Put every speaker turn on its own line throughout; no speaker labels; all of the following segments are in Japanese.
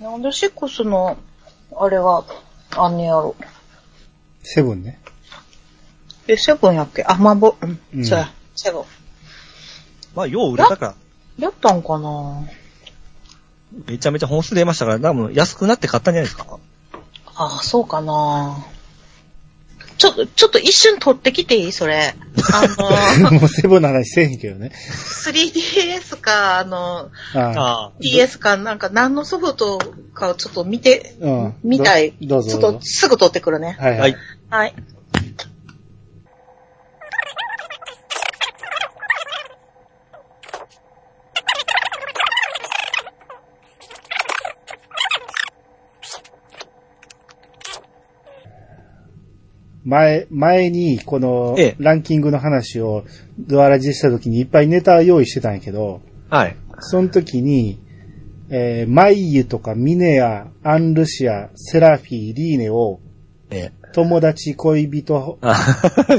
なんでシックスの、あれがあんねやろ。
セブンね。
え、セブンやっけあ、まぼ、うん、
うん
そうや、セブン。
まあ、よう売れたから、
やったんかな
めちゃめちゃ本数出ましたから、多分安くなって買ったんじゃないですか。
あ、そうかなちょっと、ちょっと一瞬撮ってきていいそれ。あの、
もうセブンの話せえへんけどね。
3DS か、あの、
ああ。
ああ。
DS か、なんか何のソフトかをちょっと見て、
うん
見たい。
どどうぞ
ちょっ
どう
と
ぞ
すぐ撮ってくるね。
はい
は
はいい。。
はい。
前、前に、この
ええ、
ランキングの話を、ドアラジでした時にいっぱいネタ用意してたんやけど、
はい。
その時に、えーマイユとかミネア、アンルシア、セラフィー、リーネを、
ええ。
友達、恋人、
あ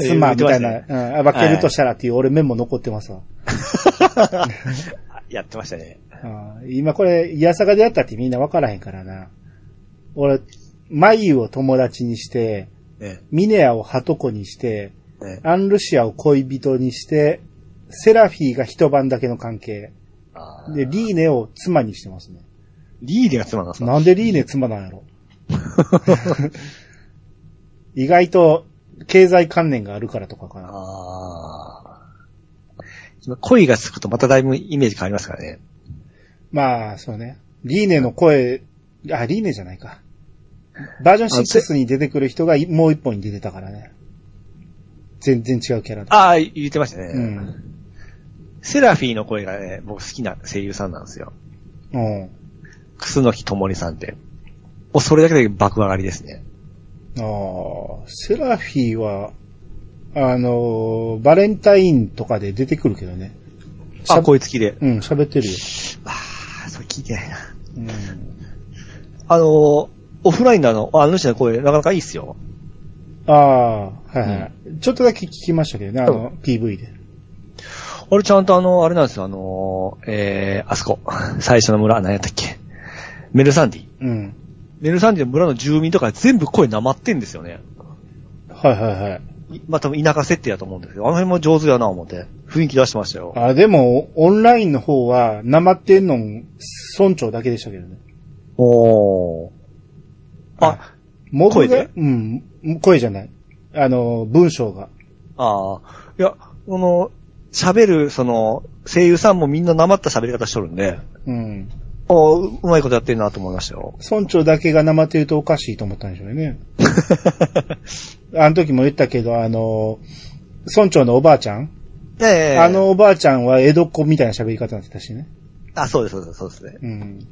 妻みたいな、
言ってま
うん、分けるとしたらっていう、俺メモ残ってますわ。
したねやってましたね。
あー今これ、イヤサガでやったってみんな分からへんからな。俺、マイユを友達にして、
え
ミネアをハトコにして、
え。ええ。
アンルシアを恋人にして、セラフィーが一晩だけの関係。
ああ
で、リーネを妻にしてますね。
リーデが妻なんですか
なんでリーネ妻なんやろ意外と、経済関連があるからとかかな。
ああ。恋がつくとまただいぶイメージ変わりますからね。
まあ、そうね。リーネの声、あ、リーネじゃないか。バージョン6に出てくる人がいもう一本に出てたからね。全然違うキャラだ。
ああ、言ってましたね。
うん。
セラフィーの声がね、僕好きな声優さんなんですよ。
うん。
楠木ともりさんって。もうそれだけで爆上がりですね。
ああ、セラフィーは、あのーバレンタインとかで出てくるけどね。し
あ、
ゃ
声付きで。
うん、喋ってるよ。
ああ、それ聞いてないな。
うん、
あのー、オフラインのあの、あの人の声、なかなかいいっすよ。
ああ、はいはい、ちょっとだけ聞きましたけどね、あの、PV で。
俺ちゃんとあの、あれなんですよ、あのー、えー、あそこ。 最初の村、何やったっけ。メルサンディ。
うん。
メルサンディの村の住民とか全部声なまってんですよね。
はいはいはい。
いまあ、多分田舎設定やと思うんですけど、あの辺も上手やな思って、雰囲気出してましたよ。
あ、でも、オンラインの方は、なまってんの、村長だけでしたけどね。
おー。あ、
も
声で
うん、声じゃない。あの、文章が。
ああ、いや、この、喋る、その、声優さんもみんななまった喋り方しとるんで、
うん。
おーううまいことやってるなと思いまし たよ。
村長だけがなまってるとおかしいと思ったんでしょうね。あの時も言ったけど、あの、村長のおばあちゃん、
ええ
あ、のおばあちゃんは江戸っ子みたいな喋り方になってたしね。
あ、そうです、そうです、そうですね。
うん。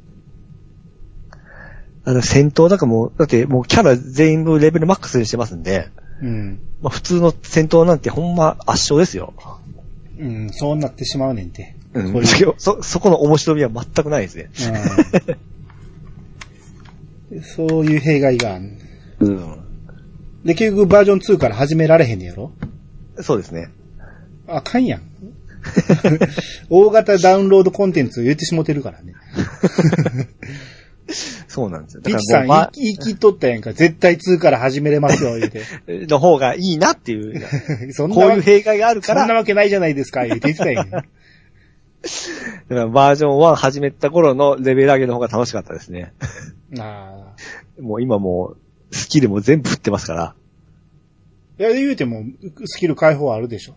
あの、戦闘なんかもう、だってもうキャラ全部レベルマックスにしてますんで、
うん。
まあ普通の戦闘なんてほんま圧勝ですよ。
うん、そうなってしまうねんて。
うん
こういう
そ、そこの面白みは全くないですね。
うんそういう弊害がある。
うん。
で、結局バージョン2から始められへんねやろ
そうですね。
あかんやん。 大型ダウンロードコンテンツを言ってしもてるからね。
そうなんですよ。
ピチ
も
さ、
うんまあ
生き生きとったやんか。絶対2から始めれますよ、言 うて。
の方がいいなって いう、
そんな
こう
わ
いう弊害がある
そ
か
んな
ら、
わけないじゃないですか、言うて言ってたや ん。
だからバージョン1始めた頃のレベル上げの方が楽しかったですね。
ああ。
もう今もう、スキルも全部振ってますから。
いや、言うても、スキル解放あるでしょ。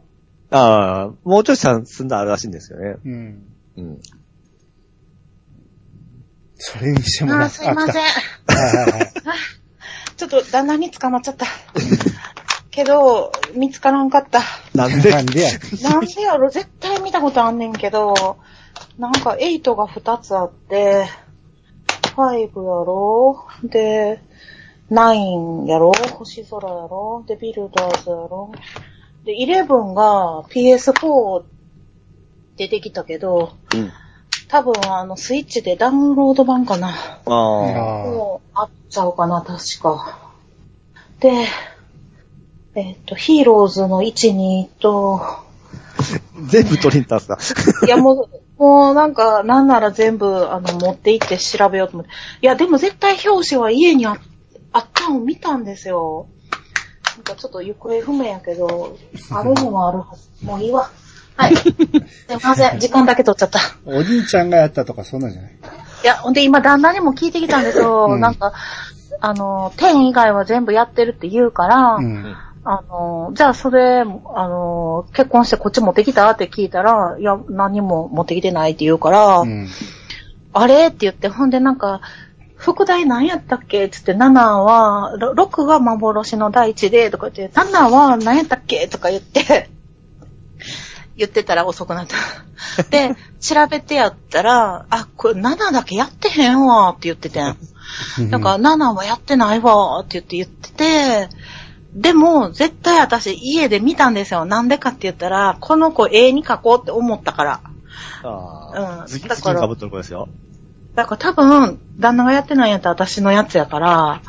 ああ、もうちょいしたら済んだらあるらしいんですよね。
うん。
うん。
それにしても
あ
な、
ー、すいません。
あ 来たはいはいはい
ちょっと旦那に捕まっちゃった。けど、見つからんかった。
なんで
なんでや。
なんでやろ絶対見たことあんねんけど、なんか8が2つあって、5やろで、9やろ星空やろで、ビルダーズやろで、11が PS4 出てきたけど、
うん。
多分あの、スイッチでダウンロード版かな。
ああ。
あ
もう、あっちゃうかな、確か。で、えっ、と、ヒーローズの1、2と、
全部取りに行ったんすか。
いやもう、もうなんか、なんなら全部、あの、持って行って調べようと思って。いや、でも絶対表紙は家にああったのを見たんですよ。なんかちょっと行方不明やけど、あるのはあるはず。もういいわ。はい。 すいません。時間だけ取っちゃった。い
お兄ちゃんがやったとかそんなんじゃない
や、ほんで今、旦那にも聞いてきたんですよ。
うん
なんか、あの、天以外は全部やってるって言うから、
うん。
あの、じゃあそれ、あの、結婚してこっち持ってきたって聞いたら、いや、何も持ってきてないって言うから、
うん。
あれって言って、ほんでなんか、副題何やったっけつって、7は、ろ6は幻の第一で、とか言って、7は何やったっけとか言って、 言ってたら遅くなった。で、調べてやったら、あ、これ7だけやってへんわって言っててん。だから、7はやってないわって言って言ってて、でも、絶対私家で見たんですよ。なんでかって言ったら、この子絵に描こうって思ったから。
あ
う
あ。
ん
ズキ
だ
ズキ
から
かぶってる子ですよ。
だから多分、旦那がやってないんやったら私のやつやから、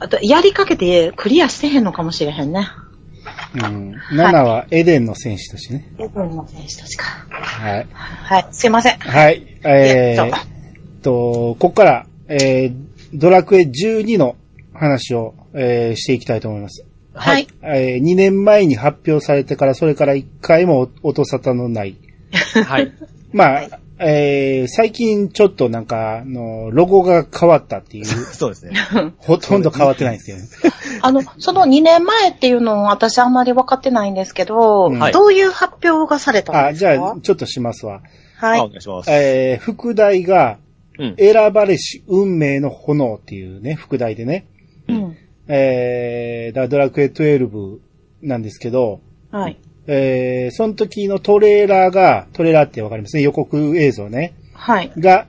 あと、やりかけてクリアしてへんのかもしれへんね。
うん。7はエデンの戦士としてね。
エブンの選手たちか。
はい。
はい、すいません。
はい。え
いや
ー、と、ここから、えー、ドラクエ12の話を、えーしていきたいと思います。
はい。
えー、2年前に発表されてから、それから1回も音沙汰のない。
はい。
まあ、えー、最近ちょっとなんか、あの、ロゴが変わったっていう、
そうですね。
ほとんど変わってないんですけどね。
あの、その2年前っていうのを私あんまり分かってないんですけど、
はい
どういう発表がされたん
あ、
で
じ
すか
ゃあ、ちょっとしますわ。
は
あお
い。
願いします。
えー、副題が、
うん。
選ばれし運命の炎っていうね、副題でね、
うん。
えー、だドラクエ12なんですけど、
はい。
えー、その時のトレーラーが、トレーラーってわかりますね、予告映像ね。
はい。
が、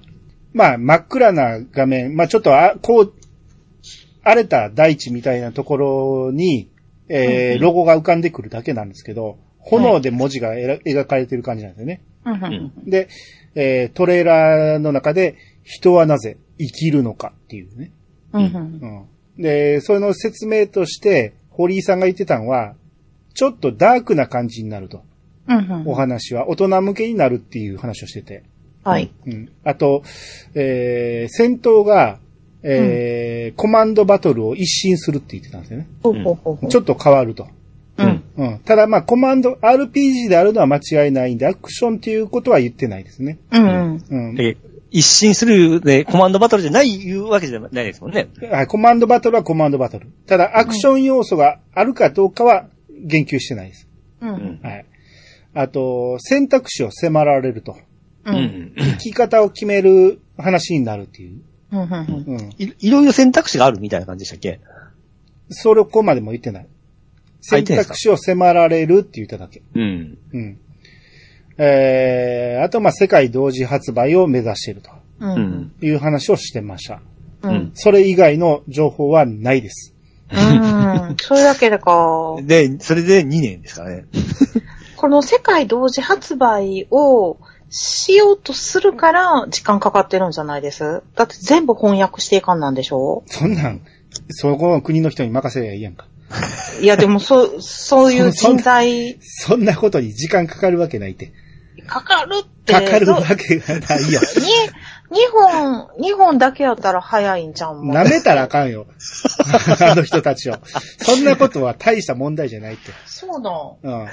まあ、真っ暗な画面、まあ、ちょっとあ、こう、荒れた大地みたいなところに、えー、ロゴが浮かんでくるだけなんですけど、炎で文字がえら描かれてる感じなんですよね。
うんうんう
うん
ん。
で、えー、トレーラーの中で、人はなぜ生きるのかっていうね。
うんうん
うん。で、それの説明として、堀井さんが言ってたのは、ちょっとダークな感じになると。
うんう
お
ん。
話は大人向けになるっていう話をしてて。
はい。
うん。あと、えー、戦闘が、えーコマンドバトルを一新するって言ってたんですよね。
ほうほうほうほう
ちょっと変わると。
うん。
うん。ただまあ、コマンド、RPG であるのは間違いないんで、アクションっていうことは言ってないですね。
うんうん。
うん。
で一新する、ね、コマンドバトルじゃないいうわけじゃないですもんね。
はい、コマンドバトルはコマンドバトル。ただ、アクション要素があるかどうかは言及してないです。
うん
う
うん
ん。
はい。あと、選択肢を迫られると。
う
うんん。
生き方を決める話になるっていう。
うんうん。
うん。
いいろいろ選択肢があるみたいな感じでしたっけ
それをここまでも言ってない。
あ言
選
ってないですか
択肢を迫られるって言っただけ。
うん。
うん。えー、あと、まあ、世界同時発売を目指していると
う。
うんん。
いう話をしてました。
うん。
それ以外の情報はないです。
うん。それだけでか。
で、それで2年ですからね。
この世界同時発売をしようとするから時間かかってるんじゃないですだって全部翻訳していかんなんでしょ
そんなん、そこの国の人に任せりゃいいやんか。
いやでも そう、そういう
そそ
人
んな
材
そんなことに時間かかるわけないって。
かかるって。
かかる
ど
わけがないやん。
に、日本、日本だけやったら早いんちゃうんも
舐めたらあかんよ。あの人たちを。そんなことは大した問題じゃないって。
そうなん。
うん。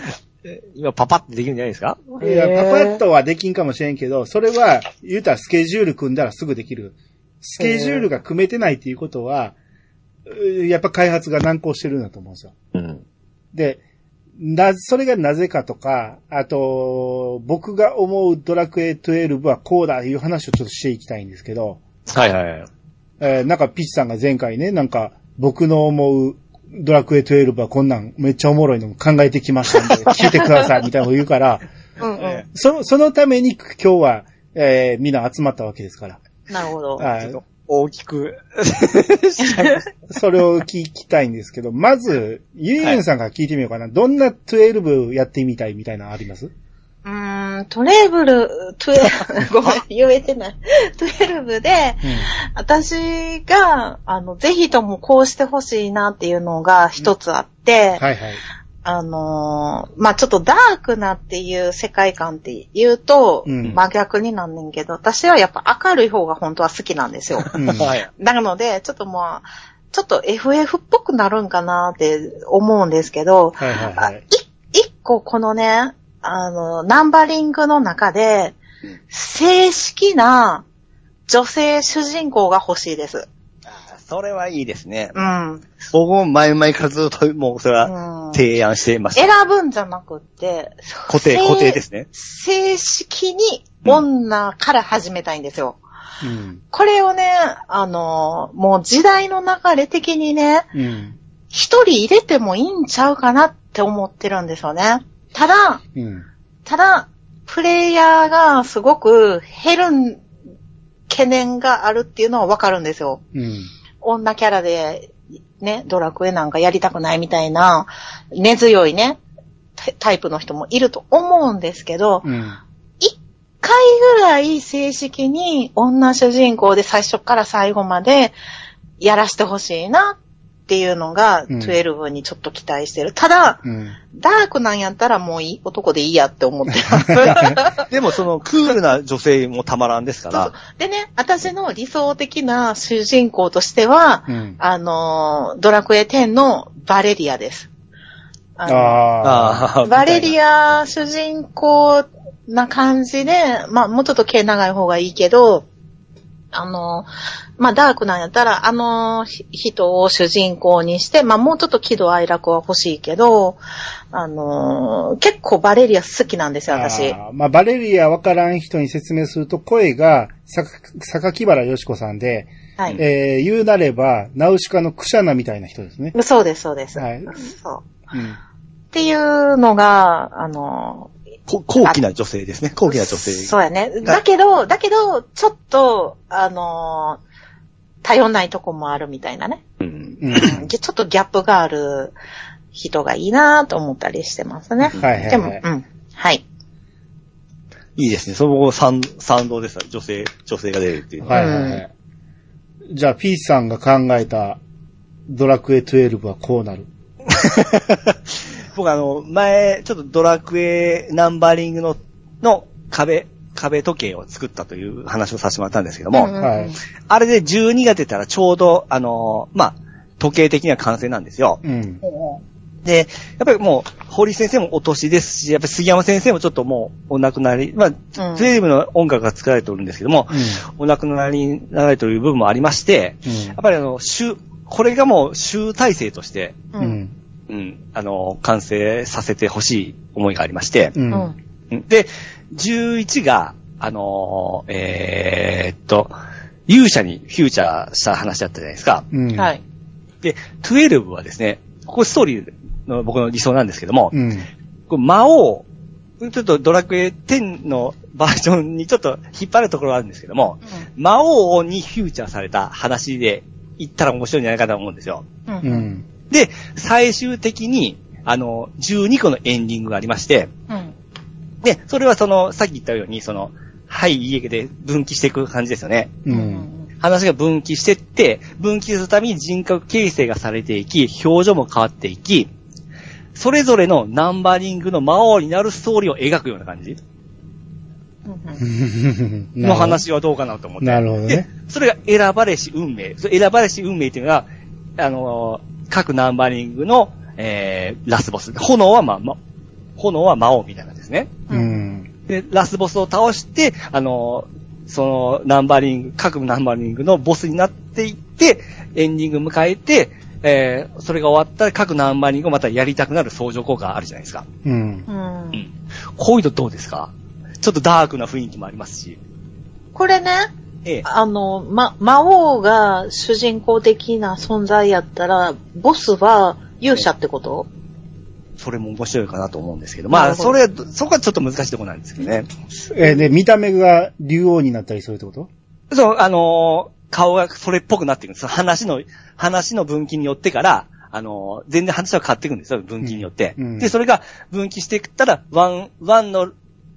今パパってできるんじゃないですか
いや、
へー
パパッとはできんかもしれんけど、それは、言うたらスケジュール組んだらすぐできる。スケジュールが組めてないっていうことは、うやっぱ開発が難航してるんだと思うんですよ。
うん。
で、な、それがなぜかとか、あと、僕が思うドラクエ12はこうだいう話をちょっとしていきたいんですけど、
はいはいはい。
えーなんかピッチさんが前回ね、なんか僕の思うドラクエ12はこんなんめっちゃおもろいの考えてきましたんで、聞いてくださいみたいなこと言うから、
うんうん。
その、そのために今日は、えー、みんな集まったわけですから。
なるほど。
はい。
大きく。
それを聞きたいんですけど、まず、ゆいゆんさんから聞いてみようかな。どんな12やってみたいみたいなのあります
うーん、トレーブル、トゥエ、 ごめん、言えてない。トゥエルブで、私が、あの、ぜひともこうしてほしいなっていうのが一つあって、
はいはい。
あのーまあ、ちょっとダークなっていう世界観って言うと、
うん
真逆になんねんけど、私はやっぱ明るい方が本当は好きなんですよ。
うん。
はい。
なので、ちょっとまあ、ちょっと FF っぽくなるんかなって思うんですけど、
はいはい
あ
はい
い。一個このね、あの、ナンバリングの中で、正式な女性主人公が欲しいです。
あーそれはいいですね。
うん。
僕も前々からずっと、もうそれは
うん
提案しています。
選ぶんじゃなくって、
固定、固定ですね。
正式に女から始めたいんですよ。
うん。
これをね、あの、もう時代の流れ的にね、
うん。
一人入れてもいいんちゃうかなって思ってるんですよね。ただ、
うん。
ただ、プレイヤーがすごく減るん懸念があるっていうのはわかるんですよ。
うん。
女キャラで、ね、ドラクエなんかやりたくないみたいな、根強いね、タタイプの人もいると思うんですけど、
うん。
一回ぐらい正式に女主人公で最初から最後までやらしてほしいなっていうのが、
うん
12にちょっと期待してる。ただ、
うん。
ダークなんやったらもういい男でいいやって思ってます。
でもそのクールな女性もたまらんですか
そうそう
ら、
でね、私の理想的な主人公としては、
うん。
あのー、ドラクエ10のバレリアです。あの
ああ。
ああ、
バレリ
ア。
ア主人公な感じで、まあもうちょっと毛長い方がいいけど、あの、まあダークなんやったら、あのひ人を主人公にして、まあもうちょっと喜怒哀楽は欲しいけど、あの、結構バレリア好きなんですよ、私。
あーまあ、バレリアわからん人に説明すると声が、さか、坂木原よしこさんで、
はい。
えー、言うなれば、ナウシカのクシャナみたいな人ですね。
そうです、そうです。
はい
そう。
うん。
っていうのが、あの、
こ高貴な女性ですね。高貴な女性。
そうやね。だけど、だけど、ちょっと、あの頼んないとこもあるみたいなね。
うん。
うん。
うんちょっとギャップがある人がいいなと思ったりしてますね。
はいはいはい
でも、うん。はい。
いいですね。その賛賛同ですわ女性、女性が出るっ ていうのは。
はいはいはい。じゃあ、ピースさんが考えた、ドラクエ12はこうなる。
僕あの、前、ちょっとドラクエナンバリングの、の壁、壁時計を作ったという話をさせてもらったんですけども、
うん
はい。
あれで12が出たらちょうど、あのーまあ、時計的には完成なんですよ。
うん。
で、やっぱりもう、堀先生もお年ですし、やっぱり杉山先生もちょっともうお亡くなり、まあ、
ん
テレビの音楽が作られておるんですけども、お亡くなりになられている部分もありまして、
うん
やっぱりあの、集、これがもう集大成として、
う
うんん。。
うん、あの、完成させてほしい思いがありまして、
う。
うんん。
うん。
で、11が、あのーえーっと、勇者にフューチャーした話だったじゃないですか。
うん。
はい。
で、12はですね、ここストーリーの僕の理想なんですけども、
うん。
こう魔王、ちょっとドラクエ10のバージョンにちょっと引っ張るところがあるんですけども、魔王にフューチャーされた話で言ったら面白いんじゃないかと思うんですよ。
うん。
う
うん。
ん。
で、最終的に、あの、12個のエンディングがありまして、
うん。
で、それはその、さっき言ったように、その、はい、いいえで分岐していく感じですよね。
う。
うんん。
話が分岐してって、分岐するために人格形成がされていき、表情も変わっていき、それぞれのナンバリングの魔王になるストーリーを描くような感じの話はどうかなと思って。
なるほどね
で、それが選ばれし運命。それ選ばれし運命っていうのが、あのー各ナンバリングの、えー、ラスボス。炎はまあ、ま、炎は魔王みたいなんですね。
う。
うん
で、ラスボスを倒して、あのーそのナンバリング、各ナンバリングのボスになっていって、エンディング迎えて、えー、それが終わったら各ナンバリングをまたやりたくなる相乗効果があるじゃないですか。
うん。
うん
うん。こういうのどうですかちょっとダークな雰囲気もありますし。
これね、
ええ。
あの、ま、魔王が主人公的な存在やったら、ボスは勇者ってこと
それも面白いかなと思うんですけど。
な
まあ、
るほ
そ
ど
れ、そこはちょっと難しいところなんですけどね。
えー、で、見た目が竜王になったりするってこと
そう、あのー顔がそれっぽくなっていくんですよ。話の、話の分岐によってから、あのー全然話は変わっていくんですよ、分岐によって。
うんうん
で、それが分岐していったら、ワン、ワンの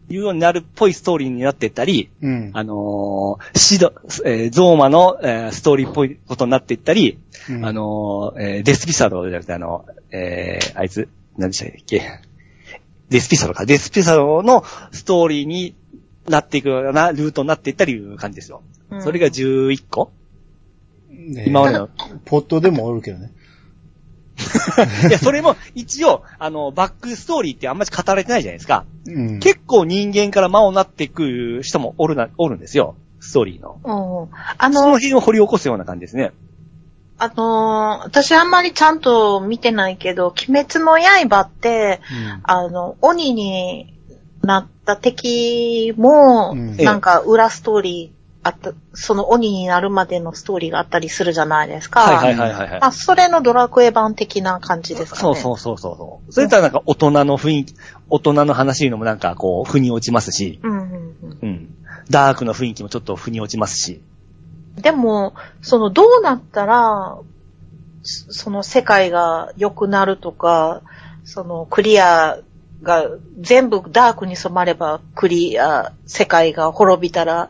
言うようになるっぽいストーリーになっていったり、
うん。
あのーシド、えーゾーマの、えーストーリーっぽいことになっていったり、
うん
あのーえーデスピサードじゃなくて、あの、えーあいつ、何でしたっけデスピサロか。デスピサロのストーリーになっていくようなルートになっていったりいう感じですよ。
うん
それが11個
ね
今までの。
ポットでもおるけどね。
いや、それも一応、あの、バックストーリーってあんまり語られてないじゃないですか。
うん。
結構人間から魔をなっていく人もおるな、おるんですよ。ストーリーの。
うん。あ
その
の、
辺を掘り起こすような感じですね。
あのー私あんまりちゃんと見てないけど、鬼滅の刃って、あの、鬼になった敵も、
うん
なんか裏ストーリーあった、その鬼になるまでのストーリーがあったりするじゃないですか。
はいはいはいはいはい。
まあ、それのドラクエ版的な感じですかね。
そうそうそうそうそう。それとはなんか大人の雰囲気、大人の話いうのもなんかこう、腑に落ちますし、
うんうん
うん。ダークの雰囲気もちょっと腑に落ちますし。
うん。でも、その、どうなったら、そその世界が良くなるとか、その、クリアが全部ダークに染まれば、クリア、世界が滅びたら、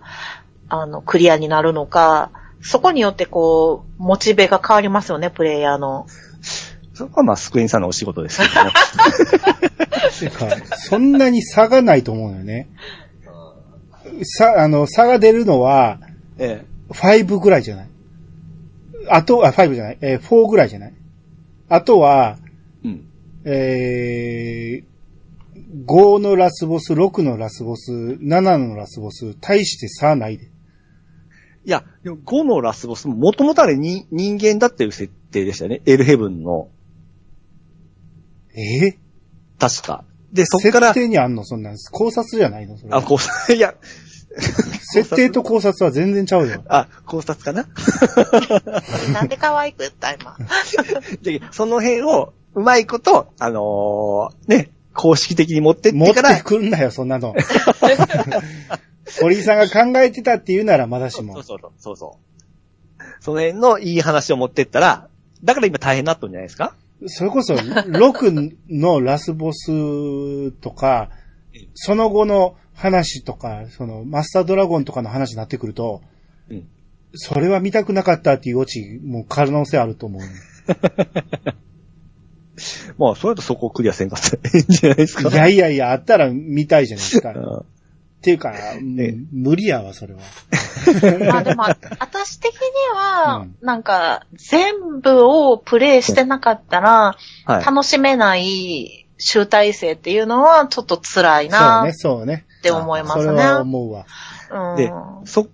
あの、クリアになるのか、そこによってこう、モチベが変わりますよね、プレイヤーの。
そこはまあ、スクエンさんのお仕事ですけ どね。
てか、そんなに差がないと思うよね。さ、あの、差が出るのは、
え
5ぐらいじゃないあと、あ、5じゃない。えー、4ぐらいじゃないあとは、
え。うん。
えー、5のラスボス、6のラスボス、7のラスボス、大して差ないで。
いや、でも5のラスボスももともとあれに人間だっていう設定でしたよね。エルヘブンの、
えー、
確か。で、そっから
設、定にあんのそんなん考察じゃないのそれ
あ、考察、 いや、
設定と考察は全然ちゃうよ。
あ、考察かな
なんで可愛く言った、今。
でその辺を、うまいこと、あのーね、公式的に持ってっ
持って
から、
てくんなよ、そん なの。堀井さんが考えてたって言うならまだし
そ
も
う。そうそう。そうそう。その辺のいい話を持ってったら、だから今大変になったんじゃないですか
それこそ、6のラスボスとか、その後の話とか、そのマスタードラゴンとかの話になってくると、
うん
それは見たくなかったっていうオチ、もう可能性あると 思う。
まあ、それだとそこをクリアせんかったらいいんじゃないですか
いやいやいや、あったら見たいじゃないですか。っ
うん
ていうか、うん無理やわ、それは。
まあでも、私的に
う
は
ん、
なんか、全部をプレイしてなかったら、
はい。
楽しめない集大成っていうのは、ちょっと辛い
そう
な
ね、
っ
そうね。
て思いま
そ
す
れ
ね。
は思うわ。
うん
で、そ、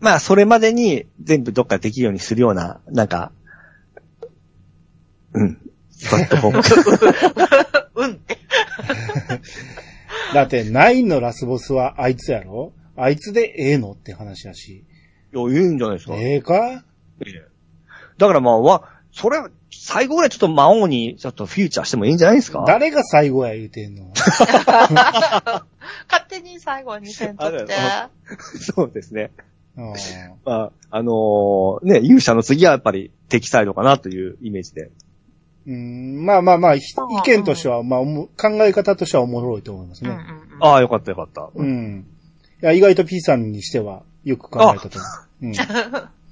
まあ、それまでに全部どっかできるようにするような、なんか、うん。プラットフォ
う
ーム
んって。
だって、9のラスボスはあいつやろあいつでええのって話やし。
いや、いいんじゃないですか。
ええか
だからまあ、わ、それ、最後ぐらいちょっと魔王に、ちょっとフューチャーしてもいいんじゃないですか
誰が最後や言うてんの
勝手に最後にせんとっ
あ
て
れ。あそうですね。
うん
まあ、あのーね、勇者の次はやっぱり敵サイドかなというイメージで。
うんまあまあまあ、ひ
うん
意見としては、まあ、おも考え方としてはおもろいと思います
うんうん
ね。
うん
ああ、よかったよかった。
うん。いや、意外と P さんにしては、よく考えたと思う。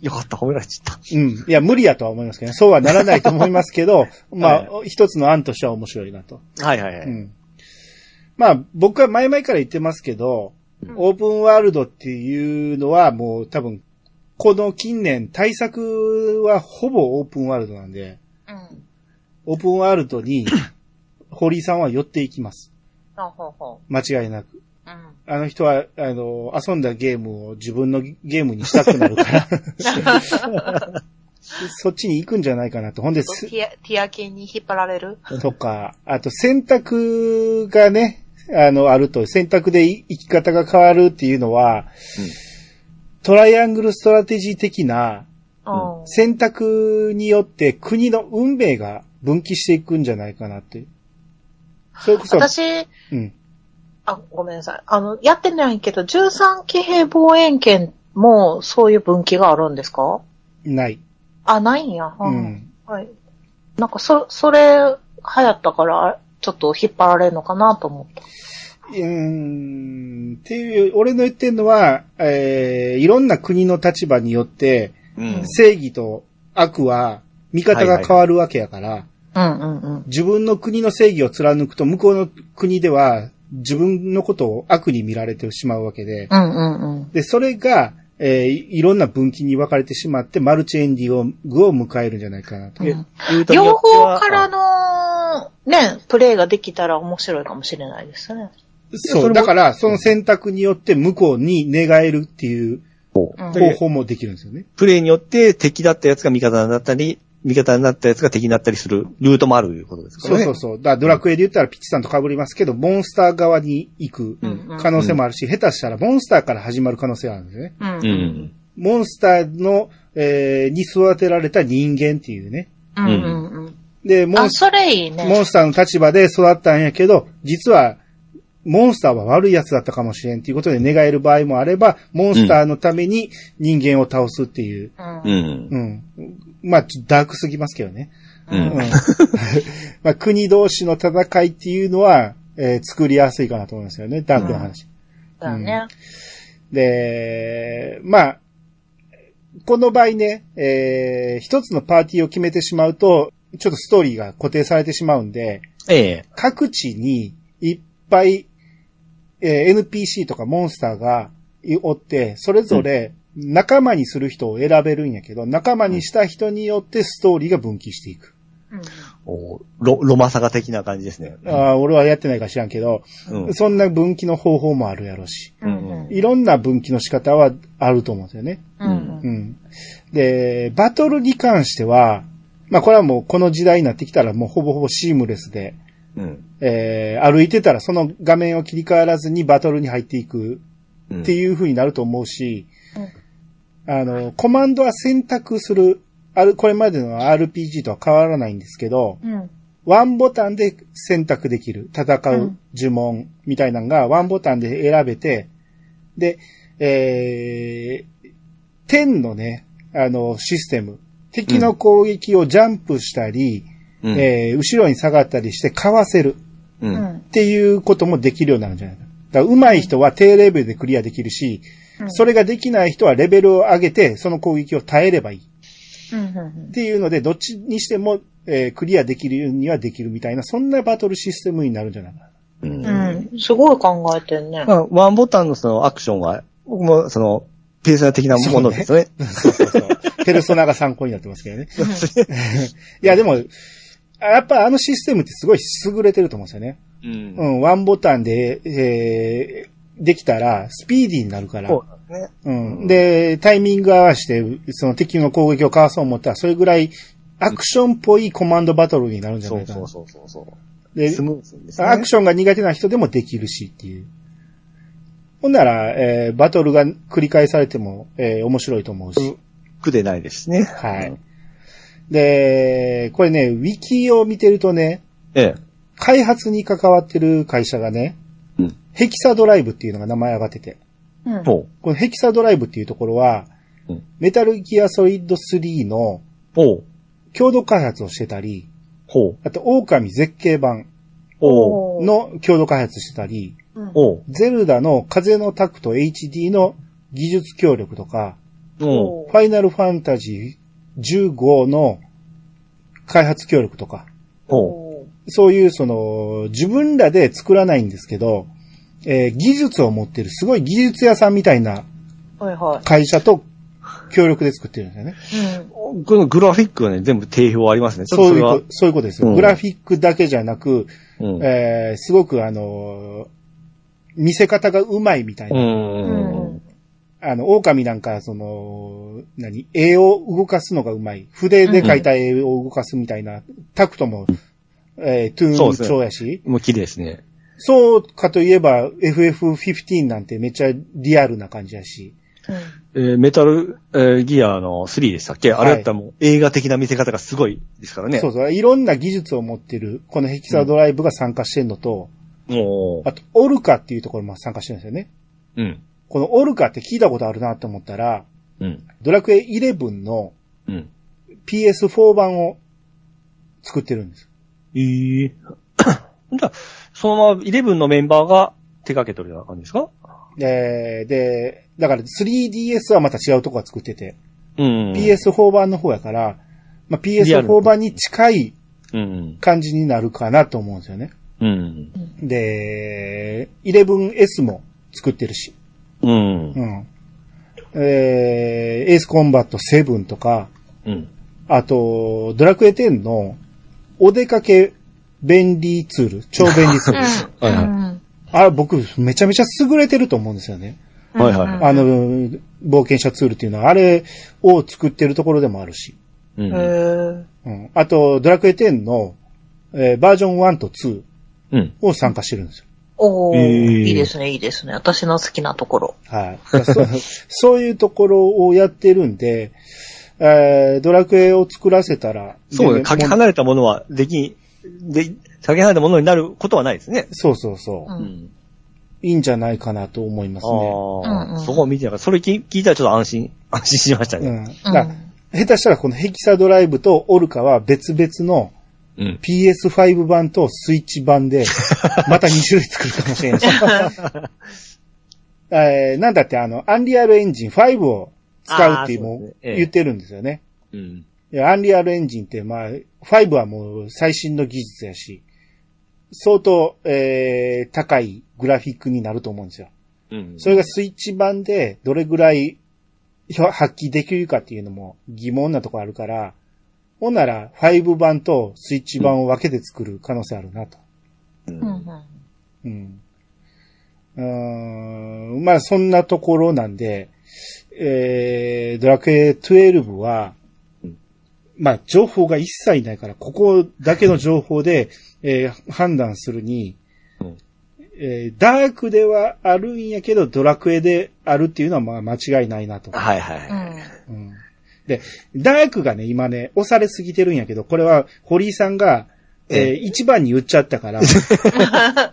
よかった、褒められちゃった。
うん。うん。いや、無理やとは思いますけどね。そうはならないと思いますけど、まあ、一つの案としては面白いなと。
はいはいはい。
うん。まあ、僕は前々から言ってますけど、オープンワールドっていうのはもう多分、この近年対策はほぼオープンワールドなんで、
うん。
オープンワールド に、堀井さんは寄っていきます。
ほうほうほ
間違いなく。
う。 うん。
あの人は、あの、遊んだゲームを自分のゲームにしたくなる から。そっちに行くんじゃないかなと。ほんで、す
ティア、ティア系に引っ張られる
とか、あと選択がね、あの、あると、選択でい生き方が変わるっていうのは、トライアングルストラテジー的な
うん。
選択によって国の運命が分岐していくんじゃないかなって。それこそ、
私、
うん。
あ、ごめんなさい。あの、やってないけど、13騎兵望遠圏もそういう分岐があるんですか
ない。
あ、ないんや。
う
うんん。はい。なんか、そ、それ、流行ったから、ちょっと引っ張られるのかなと思った。
うーん、っていう、俺の言ってるのは、えー、いろんな国の立場によって、
うん
正義と悪は、見方が変わるわけやから、
うんうんうん。
自分の国の正義を貫くと、向こうの国では自分のことを悪に見られてしまうわけで、
うんうんうん。
で、それが、えーいろんな分岐に分かれてしまって、マルチエンディングを迎えるんじゃないかなと。
うん
言うとによ
両
っては
方からの、ね、プレイができたら面白いかもしれないですね。
そ
それ
う。
も
だから、その選択によって向こうに願えるっていう
うん
方法もできるんですよね。
プレイによって敵だったやつが味方になったり、味方になったやつが敵になったりするルートもあるということですか
そ
ら
う
ね。
そうそう。だからドラクエで言ったらピッチさんと被りますけど、モンスター側に行く可能性もあるし、下手したらモンスターから始まる可能性があるんですね。
うん。う
うんん。
モンスターの、えーに育てられた人間っていうね。
うんうん。
で、モ
あ、
ンス
それいい
モ
ね
ン。スターの立場で育ったんやけど、実は、モンスターは悪い奴だったかもしれんっていうことで願える場合もあれば、モンスターのために人間を倒すっていう。
うん
う。ん。
うん。まあ、ちょっとダークすぎますけどね。
う
うん
ん。。
まあ、国同士の戦いっていうのは、えー作りやすいかなと思いますよね、ダークの話。
だね。
で、まあ、この場合ね、えー一つのパーティーを決めてしまうと、ちょっとストーリーが固定されてしまうんで、
ええ。
各地にいっぱい、えー NPC とかモンスターがいおって、それぞれ仲間にする人を選べるんやけど、仲間にした人によってストーリーが分岐していく。
うん
おロ、ロマサガ的な感じですね。
ああ、俺はやってないか知らんけど、
うん。
そんな分岐の方法もあるやろうし、
うんうん
いろんな分岐の仕方はあると思うんですよね。
うん
う。ん。で、バトルに関しては、まあこれはもうこの時代になってきたらもうほぼほぼシームレスで、
うん。
えー、歩いてたらその画面を切り替わらずにバトルに入っていく
うん
っていう風になると思うし、あの、コマンドは選択する、ある、これまでの RPG とは変わらないんですけど、
うん。
ワンボタンで選択できる、戦
う
うん呪文みたいなのがワンボタンで選べて、で、えー、天のね、あの、システム、敵の攻撃をジャンプしたり、
うん。
えー後ろに下がったりしてかわせる。
う。
うんん。
っていうこともできるようになるんじゃないかな。だから上手い人は低レベルでクリアできるし、
うん
それができない人はレベルを上げて、その攻撃を耐えればいい。っ
うんうん
ていうので、どっちにしても、えークリアできるにはできるみたいな、そんなバトルシステムになるんじゃないかな。
うん
うん。うん。すごい考えてんね。
まあ、ワンボタンのそのアクションは、僕もその、ペースナー的なものですよね。
そうそうそう。ペルソナが参考になってますけどね。
う
いや、でも、やっぱあのシステムってすごい優れてると思うんですよね。
ん
う。ん、ワンボタンで、えーできたら、スピーディーになるから。
そうなんですね。
うん。で、タイミング合わせて、その敵の攻撃をかわそう思ったら、それぐらい、アクションっぽいコマンドバトルになるんじゃ
そ
ないうか
そ
な
う。そうそうそう。
で
ス、ムーズですね。
アクションが苦手な人でもできるしっていう。ほんなら、えーバトルが繰り返されても、えー面白いと思うし。
苦でないですしね。
は
う
い
ん。。
で、これね、ウィキを見てるとね、
ええ。
開発に関わってる会社がね、
うん
ヘキサドライブっていうのが名前上がってて。
うん。
ほう。
このヘキサドライブっていうところは、
うん
メタルギアソリッド3の
ほう。
共同開発をしてたり、
ほう。
あと、狼絶景版
ほう。
の共同開発してたり、
うん
ほう。
ゼルダの風のタクト HD の技術協力とか、
ほ
ファイナルファンタジー15の開発協力とか、
う。ほ
そういうその、自分らで作らないんですけど、えー技術を持ってる、すごい技術屋さんみたいな
はいは
会社と協力で作ってるんですよね。
い。うん。
う。このグラフィックがね、全部定評ありますね。ちょっ
そ
とそう
い
れ
う
は。
こ、そういうことですよ。
うん
グラフィックだけじゃなく、
うん。
えーすごくあのー見せ方がうまいみたいうな。
ん。うん。
あの、狼なんか、その、何絵を動かすのがうまい。筆で描いた絵を動かすみたいな。タクトも、えートゥ
そう
ー
で
ン
す
調やし。
もう綺麗ですね。
そうかといえば、FF15 なんてめっちゃリアルな感じやし。
えーメタル、えーギアの3でしたっけあ
は
れ
い
だったらもう映画的な見せ方がすごいですからね。。
そううそう。いろんな技術を持ってる、このヘキサドライブが参加してんのと、
も
あと、オルカっていうところも参加してるんですよね。
う、うん。
このオルカって聞いたことあるなと思ったら、
うん。
ドラクエ11の
うん。
PS4 版を作ってるんです。
ええ じゃあ、そのまま11のメンバーが手掛けてるような感じですか
で、で、だから 3DS はまた違うとこが作ってて、
うん。
PS4 版の方やから、まあ、
リアル
PS4 版に近い
うん。
感じになるかなと思うんですよね。
うん。
で、11S も作ってるし。
うん。
うん。えー、エースコンバット7とか、
うん。
あと、ドラクエ10のお出かけ便利ツール、超便 利ツール。
はいはい
あれ僕めちゃめちゃ優れてると思うんですよね。
はいはい
あの、冒険者ツールっていうのはあれを作ってるところでもあるし。
う
い。へ
ん。
ー
うん。あと、ドラクエ10の、えーバージョン1と2
うん。
を参加してるんですよ。
おー、
えー
いいですね、いいですね。私の好きなところ。
はい。そそういうところをやってるんで、えードラクエを作らせたら、
そう
で
ね。かけ
も
離れたものはでき、で、かけ離れたものになることはないですね。
そうそうそうう。
ん
ん。
いいんじゃないかなと思いますね。
うんう
あ
ん
あ、そこを見てなかった。それ聞聞いたらちょっと安心、安心しました
う
ね。
ん。
う
だ
ん
下手したらこのヘキサドライブとオルカは別々の
うん。
PS5 版とスイッチ版で、また2種類作るかもしれない。 えーなんだってあの、アンリアルエンジン5を使うっていう
あーそう
も
ですねええ
言ってるんですよね。
うん。
いや、アンリアルエンジンって、まあ、5はもう最新の技術やし、相当、えー、高いグラフィックになると思うんですよ。
うん。
それがスイッチ版でどれぐらいひょ発揮できるかっていうのも疑問なとこあるから、ほんなら5版とスイッチ版を分けて作る可能性あるなと。
う。
うんん
うん。うーん、まあそんなところなんで、えー、ドラクエ12は
うん、
まあ情報が一切ないから、ここだけの情報で、 えー判断するに、
うん
えーダークではあるんやけど、ドラクエであるっていうのはまあ間違いないなと。
はいはい。
う
はい
ん
うんで、ダークがね、今ね、押されすぎてるんやけど、これは堀井さんが、えー一番に言っちゃった から、
だ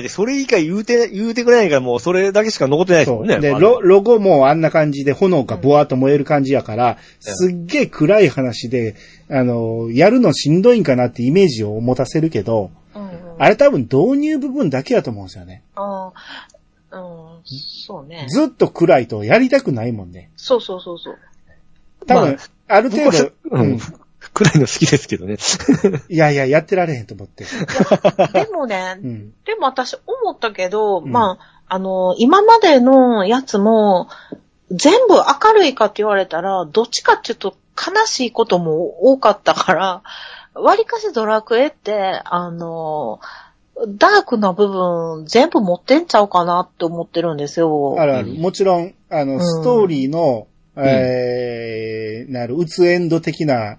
ってそれ以外言うて、言うてくれないからもうそれだけしか残ってないです
そ
も
う。
んね。
で、
まだ
ロ、ロゴもあんな感じで炎がぼわっと燃える感じやから、すっげえ暗い話で、あの、やるのしんどいんかなってイメージを持たせるけど、
うんうん
あれ多分導入部分だけやと思うんですよね。
あーうんそうね。
ずっと暗いとやりたくないもんね。
そうそうそう そう。
多分
ま、
ある程
僕は
度、
う
うん
ん。暗いの好きですけどね。
いやいや、やってられへんと思って。
でもね
う、ん。
でも私思ったけど、
ん
まあ、あの、今までのやつも、全部明るいかって言われたら、どっちかっていうと悲しいことも多かったから、わりかしドラクエって、あの、ダークな部分全部持ってんちゃうかなって思ってるんですよ。
あるある。もちろん、あ
う
の、
ん
ストーリーの、えー、なる、うつエンド的な、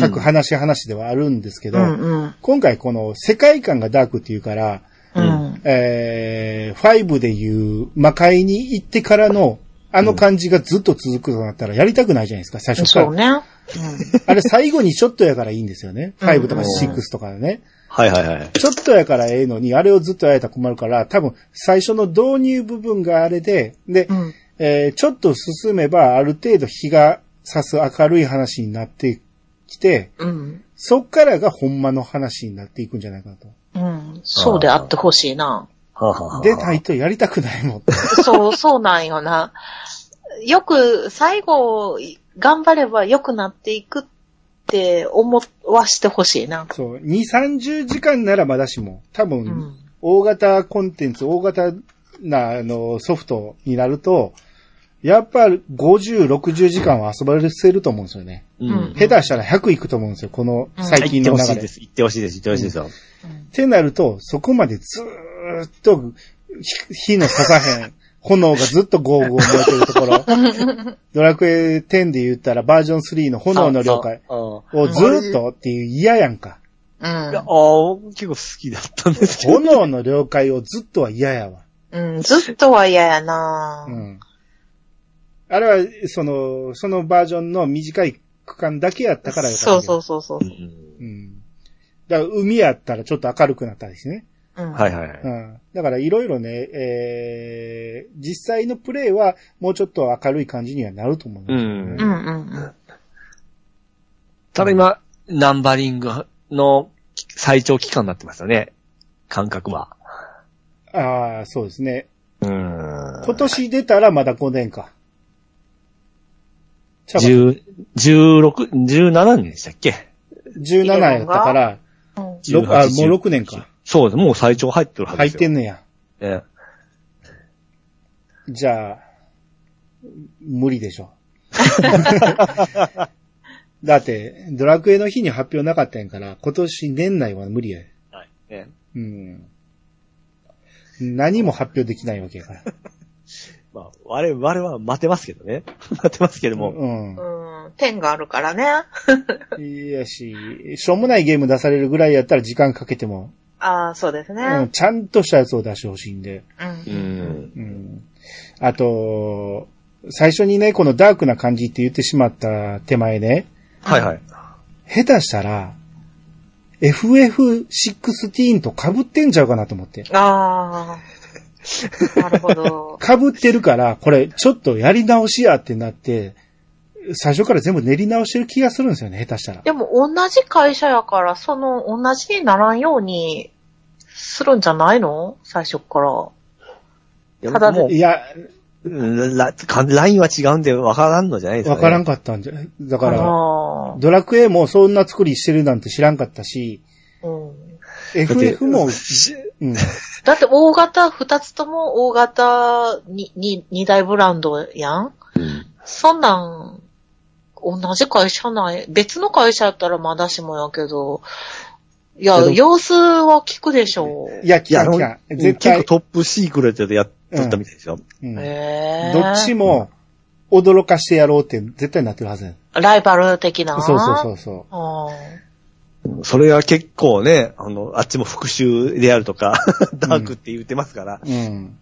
各話話ではあるんですけど、
うんうん。
今回この世界観がダークっていうから、
うん。
えー、5でいう魔界に行ってからの、あの感じがずっと続くとなったらやりたくないじゃないですか、最初か
そう
ら。
ね。
あれ最後にちょっとやからいいんですよね。5とか6とかね。
はいはいはい。
ちょっとやからええのに、あれをずっとやれたら困るから、多分最初の導入部分があれで、で
う、ん。
えーちょっと進めばある程度日が差す明るい話になってきて、
うん。
そっからがほんまの話になっていくんじゃないかなと。
うん。そうであってほしいな。
はあはあはあ
で、ないとやりたくないもん。
そう、そうなんよな。よく、最後、頑張れば良くなっていくって思わしてほしいな。
そう、2、30時間ならまだしも、多
う
分
ん、。
大型コンテンツ、大型な、あの、ソフトになると、やっぱ50、60時間は遊ばせると思うんですよね。
う
うん
ん。
下手したら100いくと思うんですよ、この最
行
近
って
の
ほ
流
しい
れ。
で
っ
す。行ってほしいです。行ってほしいですよ。
てなると、そこまでずーっと、ひ火のささへん、炎がずっとゴーゴー燃えてるところ。 ドラクエ10で言ったらバージョン3の炎の了解
そう。うん
をずーっとっていう嫌やんか。
うん
いや、ああ、結構好きだったんですけど。
炎の了解をずっとは嫌やわ。
うん、ずっとは嫌やな
う、ん。あれは、その、そのバージョンの短い区間だけやったからよかったけ
そ
ど。
うそうそうそう。
うん
う。うん。だから海やったらちょっと明るくなったりしてね。
うん、。
はいいはいは
う
い。
ん。だからいろいろね、えー、実際のプレイはもうちょっと明るい感じにはなると思う。
う。
うんんうん
ただ今、ナンバリングの最長期間になってますよね。感覚は。
ああ、そうですね。
うん。
今年出たらまだ5年か。ちゃうか
10 16、17年でしたっけ
17やったから、
うん。
ろくあ、もう
18
6年か。
そうです。もう最長入ってるはず
入っ
ですよ。
てんねや。
え
じゃあ、無理でしょ。 だって、ドラクエの日に発表なかったんやから、今年年内は無理や。
えはい。
ね
うん。何も発表できないわけやから。
まあ、我々は待てますけどね。待てますけども。
う
うん。点があるからね。
ん。いやし、しょうもないゲーム出されるぐらいやったら時間かけても、
ああ、そうですね。
うん、ちゃんとしたやつを出してほしいんで。
うん。
う
ん。
ん。あと、最初にね、このダークな感じって言ってしまった手前ね、
はいはい。
下手したら、FF16 と被ってんちゃうかなと思って。
ああ。なるほど。
被ってるから、これ、ちょっとやり直しやってなって、最初から全部練り直してる気がするんですよね、下手したら。
でも同じ会社やから、その同じにならんようにするんじゃないの最初から。ただね
もう
いや、
うんラ、かラインは違うんで分からんのじゃないですか、
わ
ね。
からんかったんじゃ、だから、
ああ。
ドラクエもそんな作りしてるなんて知らんかったし、
うん。
FF も、
し
うん、
だって大型、二つとも大型に、に、二大ブランドやん
うん
そんなん、同じ会社ない。別の会社やったらまだしもやけど、いや
けど、
様子は聞くでしょう。
いや、
い
期
や、あ
間
の
期間。絶対
結構、トップシークレットでやっとったみたいですよ。
うんど
ええ
っちも、驚かしてやろうって絶対なってるはずやん
ライバル的な。
そうそうそうそう。
あ
それが結構ね、あの、あっちも復讐であるとか、ダークって言ってますから。
うん。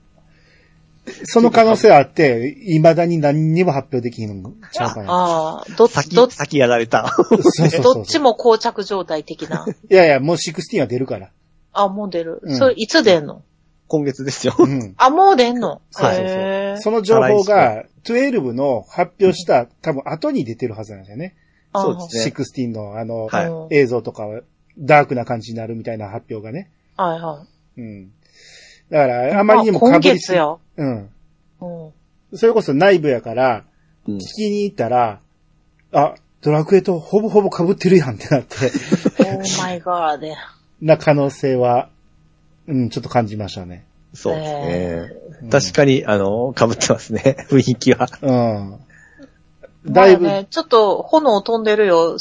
その可能性あって、未だに何にも発表できひんのちゃうか
ー
な。
あー、どっち、
先
どっ、ち
先やられた。
そうそうそ
ど
う
っちも膠着状態的 な。
いやいや、もう16は出るから。
あ、もう出る。
うん
それ、いつ出んの
今月ですよ。
うん。
あ、もう出んの
そうそう
へ
そ
ー
う。その情報が、12の発表した、多分後に出てるはずなんだよね。
あー
そうですね
16のあの、
はい
うん
映像とかは、ダークな感じになるみたいな発表がね。
はいはい。
うん。だから、あまりにも
あ今
被りす
月
ぎ
や。
うん。
うん。
それこそ内部やから、
うん
聞きに行ったら、あ、ドラクエとほぼほぼ被ってるやんってなって。
オ ーマイガーで。
な可能性は、うん、ちょっと感じましたね。
そうですね。
うん
確かに、あの、被ってますね。 雰囲気は。
うん。
だ
だ
い
い
ぶ。
ぶ、
ね、ちょっと炎飛んでるよ、16。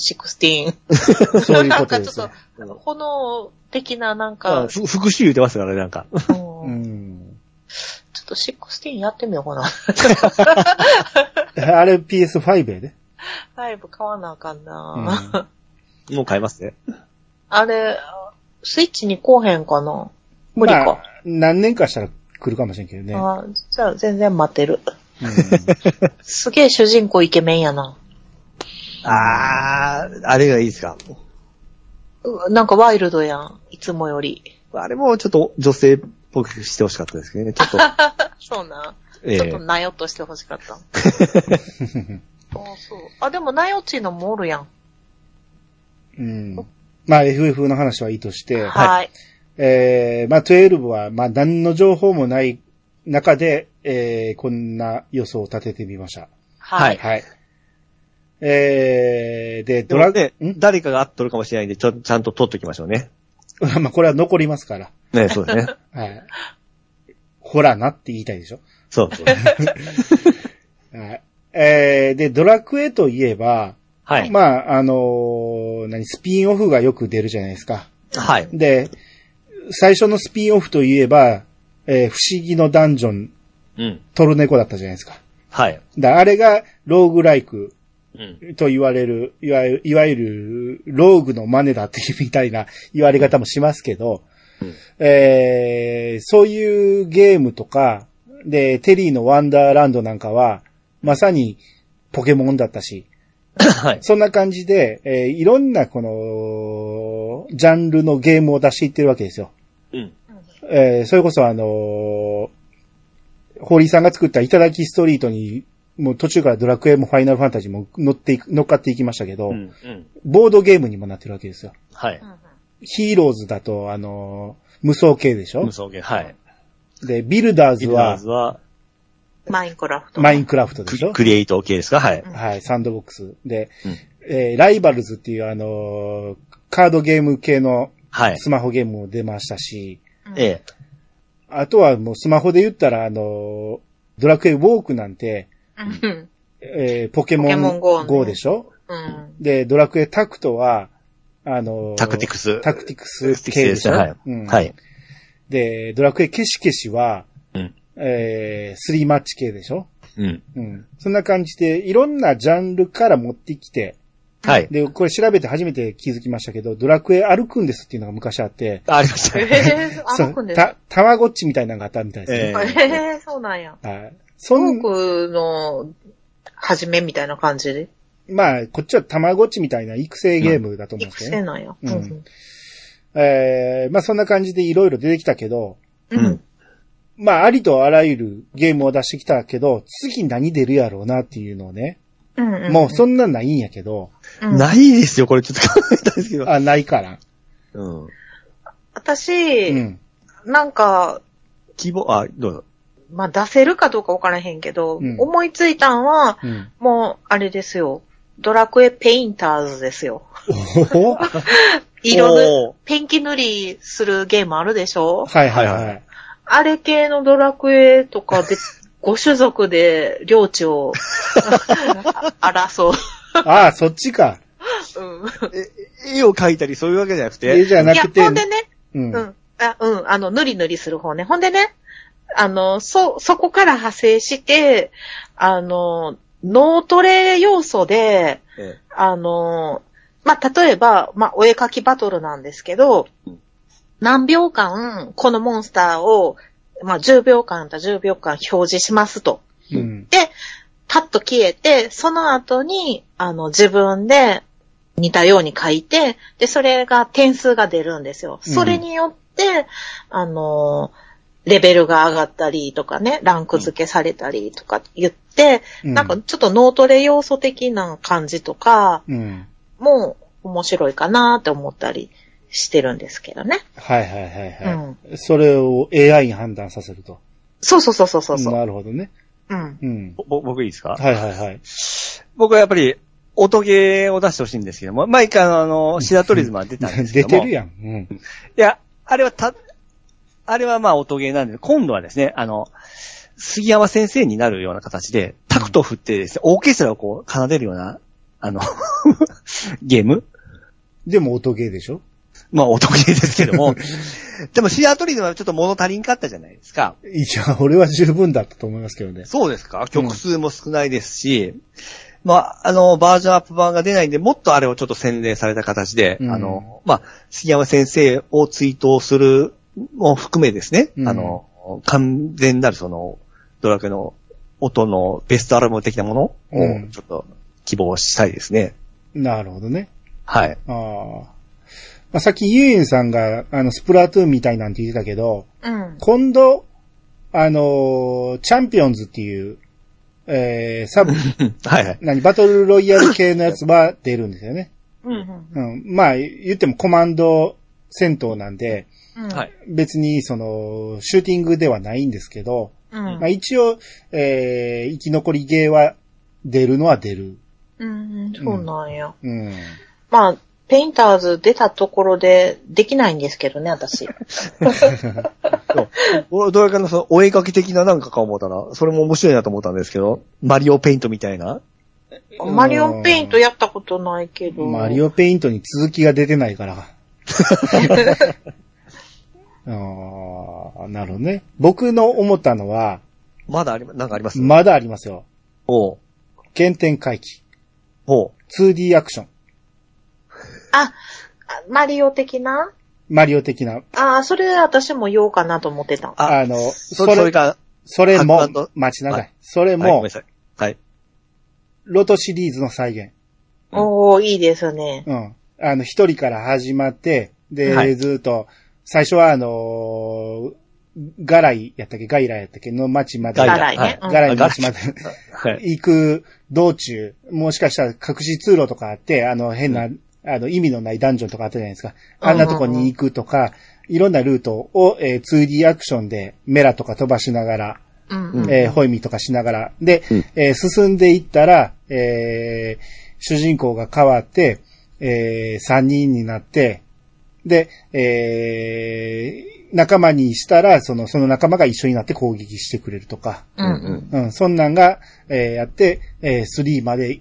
そういう
な
こ
ん
と
か
で
ちょっ
す、
と
ね。、
炎的ななん
あ
か、
ふ復讐言ってますからね、なんか。
うん
うん。
ちょっと16やってみようか な。
あれ PS5 やで。
5買わなあかん
う
な。
ん。
もう買いますね。
あれ、スイッチに来おへんかな。無理
ま
か
あ。何年かしたら来るかもしれんけどね。
あじゃあ全然待ってる。
うん
すげえ主人公イケメンやな。
あー、あれがいいですか。
うなんかワイルドやん。いつもより。
あれもちょっと女性っぽくしてほしかったですけどね。ちょっ と、
そうな。
ええ
ちょっとなよっとしてほしかった。あそう。あ、でもなよちのもおるやん。
うん。まあ FF の話はいいとし て、
はい。
えー、まあ12は、まあ何の情報もない中で、えー、こんな予想を立ててみました。
は。
はいい
はい。えー、で、
で
ド
も
ラ、
ね、
ん
誰かが合っとるかもしれないんで、ちょ、ちゃんと取っときましょうね。
まあこれは残りますから。
ね、そうですね。
はい。ほらなって言いたいでしょ。
そうそう。
はい。えー、で、ドラクエといえば、
はい。
まあ、あのー何、スピンオフがよく出るじゃないですか。
はい。
で、最初のスピンオフといえば、えー不思議のダンジョン、
うん。
トルネコだったじゃないですか。
はい。
だあれが、ローグライク
うん。
と言われる、いわゆる、いわゆる、ローグの真似だっていうみたいな言われ方もしますけど、
うん
えーそういうゲームとか、で、テリーのワンダーランドなんかは、まさにポケモンだったし、
はい。
そんな感じで、えーいろんなこの、ジャンルのゲームを出していってるわけですよ。
うん。
えーそれこそあのー、ホーリーさんが作ったいただきストリートに、もう途中からドラクエもファイナルファンタジーも乗っていく、乗っかっていきましたけど、
うん。うん。
ボードゲームにもなってるわけですよ。
はい。
ヒーローズだと、あのー無双系でしょ
無双ゲーはい。
で、ビルダーズ
ビルダー
は
ズは、
マインクラフト。
マインクラフトで
ク
しょ
クリエイト系ですかはい。
はい、サンドボックス。で、
うん
えーライバルズっていうあのーカードゲーム系の
はい。
スマホゲームも出ましたし、
ええ。
あとはもうスマホで言ったら、あの、ドラクエウォークなんて、
うん。
えーポケモ
ポケモン
ン
GO の
GO でしょ
うん。
で、ドラクエタクトは、あの、
タクティクス。
タクティクス系でしょ
はい
うん
はい。
で、ドラクエケシケシは、
うん
えー、スリーマッチ系でしょ
うん。
うん。そんな感じで、いろんなジャンルから持ってきて、
はい。
で、これ調べて初めて気づきましたけど、ドラクエ歩くんですっていうのが昔あって、
ありまし た
え
ね。
えー、歩くんです
そ
か
うた、たまごっちみたいなのがあったみたいですね。
ええー、そうなんや。
はい。そん
文句の始めみたいな感じで。
まあ、こっちはたまごっちみたいな育成ゲームだと思うんで
育
すけ
成
どね。
なんや。
う
うんん。
えー、まあそんな感じでいろいろ出てきたけど、
う
うん
ん。
まあありとあらゆるゲームを出してきたけど、次何出るやろうなっていうのをね、
うん。
もうそんなんないんやけど、
うん
ないですよ、これちょっと考えたんですけど。
あ、ないから。
うん。
私、
うん。
なんか、
希望、あ、どうぞ。
まあ、出せるかどうかわからへんけど、
うん
思いついたんは、
うん。
もう、あれですよ。ドラクエペインターズですよ。
おほほは
色
おー
の、ペンキ塗りするゲームあるでしょ
いはいはい。
あれ系のドラクエとか で、ご種族で領地を あ争
ああ、そっちか。
う。うん
絵を描いたりそういうわけじゃなく
え
て、
じゃない
や、
くて
ほん、でね、
うん
う。ん。あうん、あの、塗り塗りする方ね。ほんでね、あの、そ、そこから派生して、あの、脳トレ要素で、
え
あの、まあ、例えば、まあ、お絵描きバトルなんですけど、何秒間、このモンスターを、まあ、10秒間と10秒間表示しますと。
うん。
で、パッと消えて、その後に、あの、自分で似たように書いて、で、それが点数が出るんですよ。
うん
それによって、あの、レベルが上がったりとかね、ランク付けされたりとか言って、
うん
なんかちょっと脳トレ要素的な感じとか、
うん。
も面白いかなって思ったりしてるんですけどね。
はいはいはいは
うん。
い。それを AI に判断させると。
そうそうそうそうそうそう。
なるほどね。
うん。
うん。
ぼ僕いいですか
はいはいはい。
僕はやっぱり、音ゲーを出してほしいんですけども、毎回あの、シダトリズムは出たんですけ
出
ども。
てるやん。うん。
いや、あれはた、あれはまあ音ゲーなんで、今度はですね、あの、杉山先生になるような形で、タクトを振ってですね、オーケストラをこう奏でるような、あの、 ゲーム
でも音ゲーでしょ
まあ音ゲーですけども、でもシアトリーのはちょっと物足りんかったじゃないですか。
いや、俺は十分だったと思いますけどね。
そうですか曲数も少ないですし、まあ、あの、バージョンアップ版が出ないんで、もっとあれをちょっと洗練された形で、
うん
あの、まあ、杉山先生を追悼するも含めですね、
うん
あの、完全なるその、ドラクエの音のベストアルバム的なもの
う
を
ん
ちょっと希望したいですね。
なるほどね。
はい。
ああ。まあ、さっきユーエンさんが、あの、スプラトゥーンみたいなんて言ってたけど、
うん。
今度、あのーチャンピオンズっていう、え ー、サブ、
はいはい。
何、バトルロイヤル系のやつは出るんですよね。
うんうん。
うん。まあ、言ってもコマンド戦闘なんで、
うん。
はい。
別に、その、シューティングではないんですけど、
うん。
まあ一応、えー、生き残りゲーは出るのは出る。
うん。そうなんや。
うん。
まあ、ペインターズ出たところでできないんですけどね、私。
そうドラクエのその、お絵描き的ななんかか思ったら、それも面白いなと思ったんですけど、マリオペイントみたいな。
うん
マリオンペイントやったことないけど。
マリオペイントに続きが出てない から。あーなるほどね。僕の思ったのは、
まだありま、なんかあります
まだありますよ。
おう
原点回帰。
おう
2D アクション。
あ、あマリオ的な
マリオ的な。
ああ、それ私も言おうかなと思ってた。
あ
あ
の、
そ
そ
れ、それ
れ、
が、
それも
白板と、
待ちなさい。
はい
それ
はい、ごめ
も
んな、さい。はい。
ロトシリーズの再現。
おー、いいですね。
うん。あの、一人から始まって、で、
はい
ずっと、最初はあのー、ガライやったっけガイラやったっけの町まで。
ガライね
は
うん
ガライの町まで
はい。
行く道中、もしかしたら隠し通路とかあって、あの、変な、あの、意味のないダンジョンとかあったじゃないですか。あんなとこに行くとか、いろんなルートを、えー 2D アクションでメラとか飛ばしながら、
うん。
うん
えーホイミとかしながら。で、
うん
えー進んでいったら、えー主人公が変わって、え3人になって、で、えー、仲間にしたら、その、その仲間が一緒になって攻撃してくれるとか、
うんうん。
うん、そんなんが、えー、やって、えー、3まで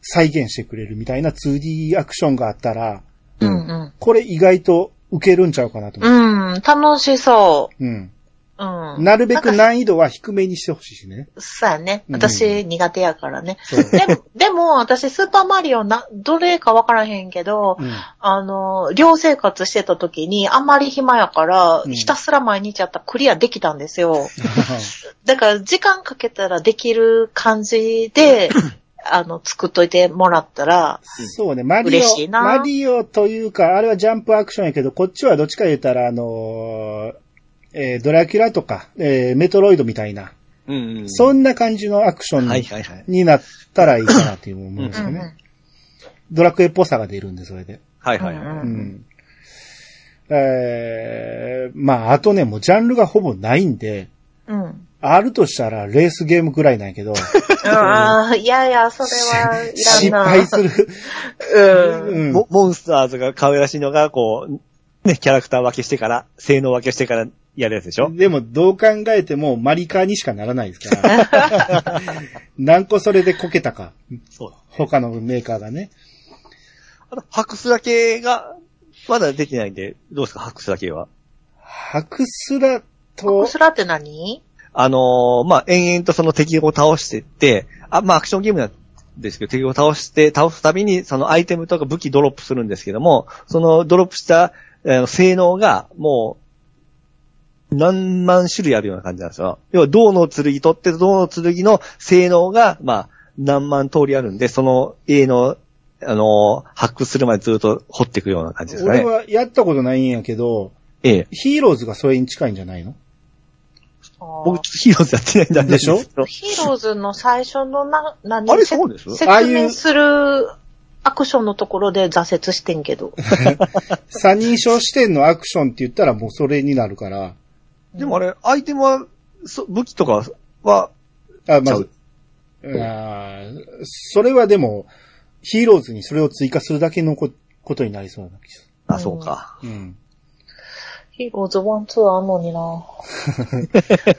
再現してくれるみたいな 2D アクションがあったら、
うん
これ意外と受けるんちゃうかなと思う。
うん。うん、楽しそ
うん。
う。うん。
なるべく
んか。
難易度は低めにしてほしいしね。
そうやね。
うん
私苦手やからね。
そう。
でも、 でも私スーパーマリオな、どれかわからへんけど、
うん。
あの、寮生活してた時にあんまり暇やから、
うん
ひたすら毎日やったらクリアできたんですよ。だから時間かけたらできる感じ で、あの、作っといてもらったら、
そうね、マリ
嬉し
オ、
いな
マリオというか、あれはジャンプアクションやけど、こっちはどっちか言ったら、あのーえードラキュラとか、えーメトロイドみたいな、
うんうん。
そんな感じのアクションに,、
はいはいはい。
なったらいいかなっていう思うんです
う
よ
ん
ね。
う
ドラクエっぽさが出るんで、それで。
はい
ん。う
はいはい。
ん
う
うん
ん。えー、まあ、あとね、もうジャンルがほぼないんで、
うん。
あるとしたらレースゲームぐらいなん やけど、
ああ、いやいや、それはいらん
失
な。
敗する。
る。うん。
うん
モモンスターズが可愛らしいのが、こう、ね、キャラクター分けしてから、性能分けしてからやるやつでしょ
でも、どう考えてもマリカーにしかならないですから。 何個それでこけたか。
そうだ。
他のメーカーがね。
あと、ハクスラ系が、まだ出てないんで、どうですか、ハクスラ系は。
ハクスラ
コ
と
ス、ラって何
あのーまあ、延々とその敵を倒してって、あ、まあ、アクションゲームなんですけど、敵を倒して、倒すたびに、そのアイテムとか武器ドロップするんですけども、そのドロップした、えー性能が、もう、何万種類あるような感じなんですよ。要は、銅の剣取って、銅の剣の性能が、まあ、何万通りあるんで、その A の、あのー発掘するまでずっと掘っていくような感じですか
俺
ね。
はやったことないんやけど、
ええ。
ヒーローズがそれに近いんじゃないの
僕、ちょっとヒーローズやってないんだ
でしょ
ヒーローズの最初のな、何
あれそうです
説
ああいう
明するアクションのところで挫折してんけど。
三人称視点のアクションって言ったらもうそれになるから、
でもあれ、アイテムは、そ武器とかは、
あ、ま
ちゃ
ず、あーそれはでも、ヒーローズにそれを追加するだけのこことになりそうな気がす
あ、そうか。
る。うん。
ヒーローズワンツーあんのにな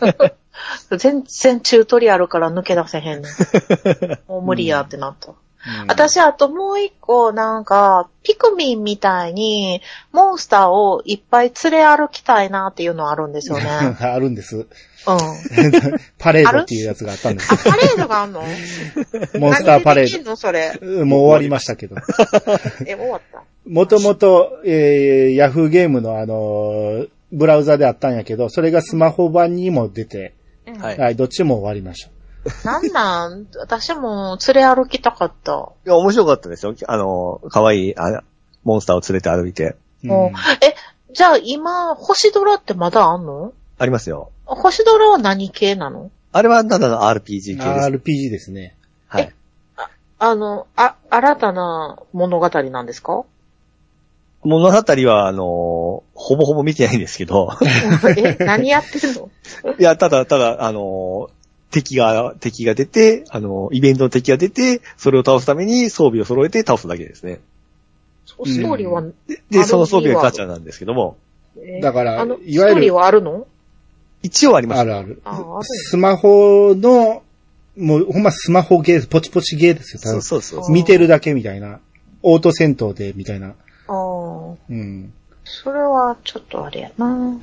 全然チュートリアルから抜け出せへ んねん。もう無理やってなった。私、あともう一個、なんか、ピクミンみたいに、モンスターをいっぱい連れ歩きたいなっていうのあるんです よね。
あるんです。
うん。あ、
パレードっていうやつがあったんです
パレードがあんの
モンスターパレ
何ででき
ー
んのそれ。
ド。もう終わりましたけど。
え、終わった。
もともと、えー、ヤフーゲームのあのーブラウザであったんやけど、それがスマホ版にも出て、
うん
はい。い
はい、どっちも終わりました。
なんなん私も連れ歩きたかった。
や、面白かったですよ。あの、可愛いあモンスターを連れて歩いて。
う
お
ん
え、じゃあ今、星ドラってまだあんの
ありますよ。
星ドラは何系なの
あれはただの RPG 系です。
RPG ですね。
はい。
あの、あ、新たな物語なんですか
物語は、あの、ほぼほぼ見てないんですけ ど、
え、何やってるの
いや、ただ、ただ、あの、敵が、敵が出て、あの、イベントの敵が出て、それを倒すために装備を揃えて倒すだけですね。
ストーリーは、
で、
あ
で
の
その装備がガチャなんですけども、
え
だから
あの、
いわゆる
ストーリーはあるの
一応ありま
あ
す。
るある。
ああるよ
スマホの、もうほんまスマホゲー、ポチポチゲーですよ。た
そ
だ
うそうそう。
う
見てるだけみたいな。オート戦闘で、みたいな。
ああ、
うん。
それはちょっとあれやな。
うん。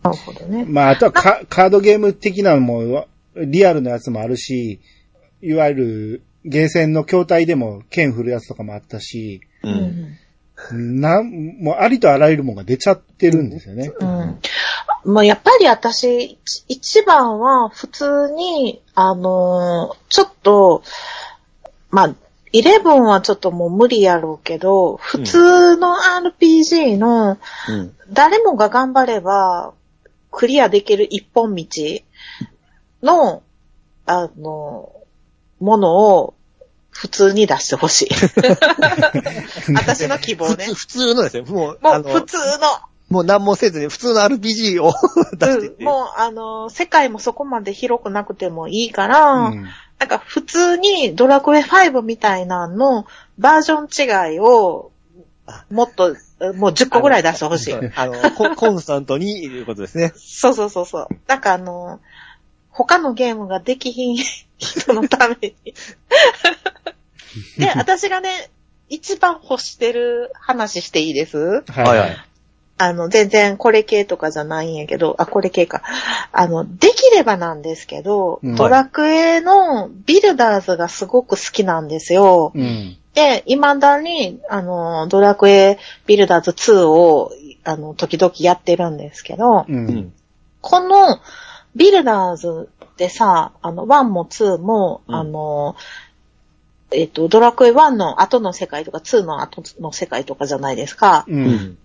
なるほどね。
まあ、あとはカカードゲーム的なのも、リアルなやつもあるし、いわゆる、ゲーセンの筐体でも剣振るやつとかもあったし、
う。
うんん。
なん、もうありとあらゆるもんが出ちゃってるんですよね。
うん。まあ、やっぱり私、一一番は普通に、あのーちょっと、まあ、11はちょっともう無理やろうけど、普通の RPG の
うん。
誰もが頑張ればクリアできる一本道の、あのーものを普通に出してほ しい。 私の希望
普
ね
通、。普通のですね。もう、 あ
もう
の
普通の。
もう何もせずに普通の RPG を出してって。
うん、もう、あの、世界もそこまで広くなくてもいいから、
うん。
なんか普通にドラクエ5みたいなののバージョン違いをもっと、もう10個ぐらい出してほしい。
あの、ココンスタントに、いうことですね。
そうそうそうそう。なんかあの、他のゲームができひん人のために。で、私がね、一番欲してる話していいです
はいはい。
あの、全然これ系とかじゃないんやけど、あ、これ系か。あの、できればなんですけど、
うん
ドラクエのビルダーズがすごく好きなんですよ。
うん。
で、未だに、あの、ドラクエビルダーズ2を、あの、時々やってるんですけど、
う。。
うん
この、ビルダーズでさ、あの、1も2も、
うん
あの、えっ、と、ドラクエ1の後の世界とか2の後の世界とかじゃないですか。
う。
うんん。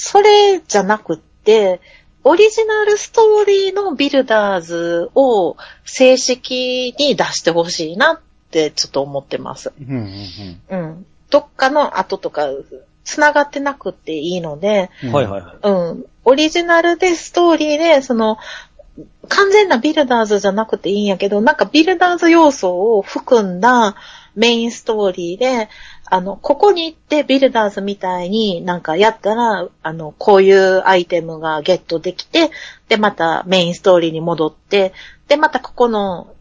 それじゃなくって、オリジナルストーリーのビルダーズを正式に出してほしいなってちょっと思ってます。
うん。うん
うん。どっかの後とか、繋がってなくていいので、
うん。
はいはいはい。
うん。オリジナルでストーリーで、その、完全なビルダーズじゃなくていいんやけど、なんかビルダーズ要素を含んだメインストーリーで、あの、ここに行ってビルダーズみたいになんかやったら、あの、こういうアイテムがゲットできて、で、またメインストーリーに戻って、で、またここの、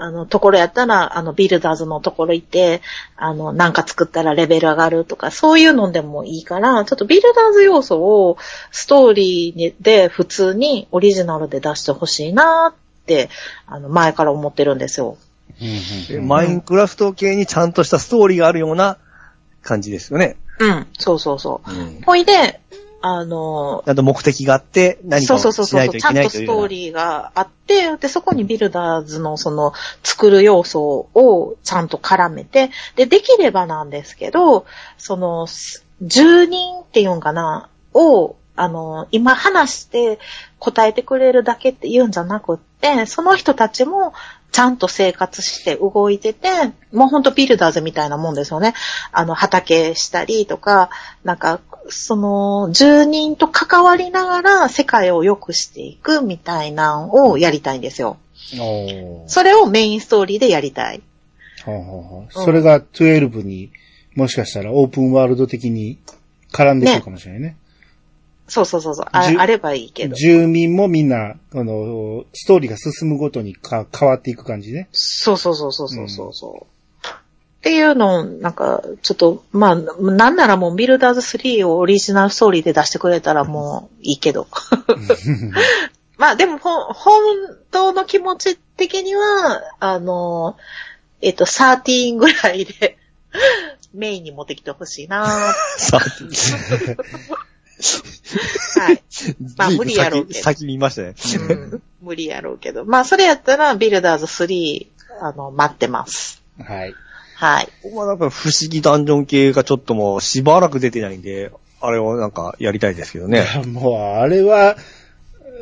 あの、ところやったら、あの、ビルダーズのところ行って、あの、なんか作ったらレベル上がるとか、そういうのでもいいから、ちょっとビルダーズ要素をストーリーにで普通にオリジナルで出してほしいなって、あの、前から思ってるんですよ。
うん
え
うん。
マインクラフト系にちゃんとしたストーリーがあるような感じですよね。
うん、そうそうそうう。
ん。
ほいで、あの、
あと目的があって、何か
そう
を
そうそう
し
そ
ないと
う、
い
ちゃ
け
ん
ない
と
とい
ス
う
ト
よ
ー
うな。
リーがあって、で、そこにビルダーズのその作る要素をちゃんと絡めて、で、できればなんですけど、その、す住人っていうんかな、を、あの、今話して答えてくれるだけって言うんじゃなくって、その人たちもちゃんと生活して動いてて、もうほんとビルダーズみたいなもんですよね。あの、畑したりとか、なんか、その、住人と関わりながら世界を良くしていくみたいなんをやりたいんですよ。
おー
それをメインストーリーでやりたい。
ほうほうほうそれが12に、もしかしたらオープンワールド的に絡んでくるかもしれないね。
そうそうそうそうあ。
じゅ
あればいいけど。
住民もみんな、あの、ストーリーが進むごとにか変わっていく感じね。
そうそうそうそうそうそうそう、っていうのを、なんか、ちょっと、まあ、なんならもうビルダーズ3をオリジナルストーリーで出してくれたらもういいけど。まあでもほん、本当の気持ち的には、あの、えっと、13ぐらいでメインに持ってきてほしいなは
さ
い、まあ無理やろうけど
先先見ましたね。
うん無理やろうけど。まあそれやったら、ビルダーズ3、あの、待ってます。
はい。
はい。
僕はなんか不思議ダンジョン系がちょっともうしばらく出てないんで、あれをなんかやりたいですけどね。
もう、あれは、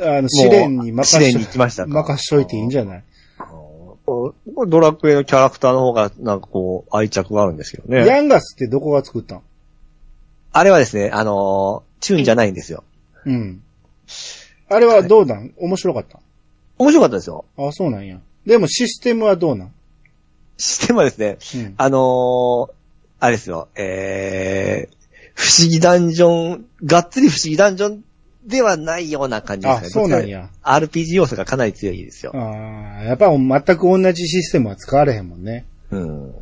あの、試練に任しと
試練に行きましたか
任しといていいんじゃない
こうドラクエのキャラクターの方がなんかこう愛着があるんですけどね。
ヤンガスってどこが作ったん
あれはですね、あのー、チューンじゃないんですよ。
うん。あれはどうなん面白かった
面白かったですよ。
あ、そうなんや。でもシステムはどうなん
システムはですね、
うん。
あのー、あれですよ、えー、不思議ダンジョン、がっつり不思議ダンジョンではないような感じです
あ、
ね。
そうなん
ど
や。
っちかというと。RPG 要素がかなり強いですよ
あ。ーやっぱ全く同じシステムは使われへんもんね。
うん。
うん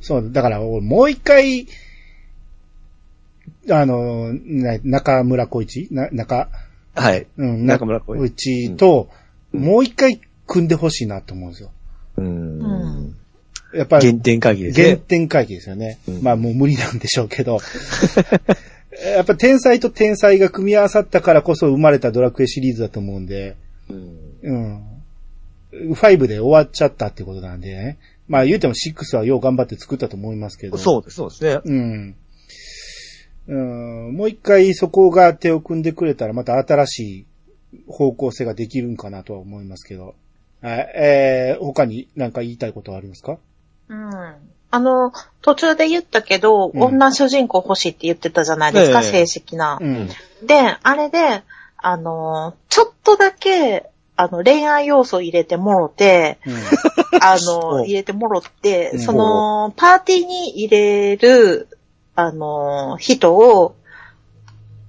そう、だから、俺もう一回、あの、な中村小一な、中、
はい。
うん、
中村浩一
一と、もう一回組んでほしいなと思うんですよ。
う
うん
ん。
やっぱ
原
り、
点会議です
原
ね。
点回帰ですよね。
うん
まあもう無理なんでしょうけど。 やっぱ天才と天才が組み合わさったからこそ生まれたドラクエシリーズだと思うんで、
うん
うん。5で終わっちゃったってことなんでね。まあ言うても6はよう頑張って作ったと思いますけど。
そうです、そうですね。
うん。うん、もう一回そこが手を組んでくれたらまた新しい方向性ができるんかなとは思いますけど。あえー、他に何か言いたいことはありますか
うん。あの、途中で言ったけど、
うん
女主人公欲しいって言ってたじゃないですか、
ええ
正式な。
うん。
で、あれで、あの、ちょっとだけ、あの、恋愛要素入れてもろて、
う
あ
お
の、入れてもろって、
うん
その、パーティーに入れる、あの、人を、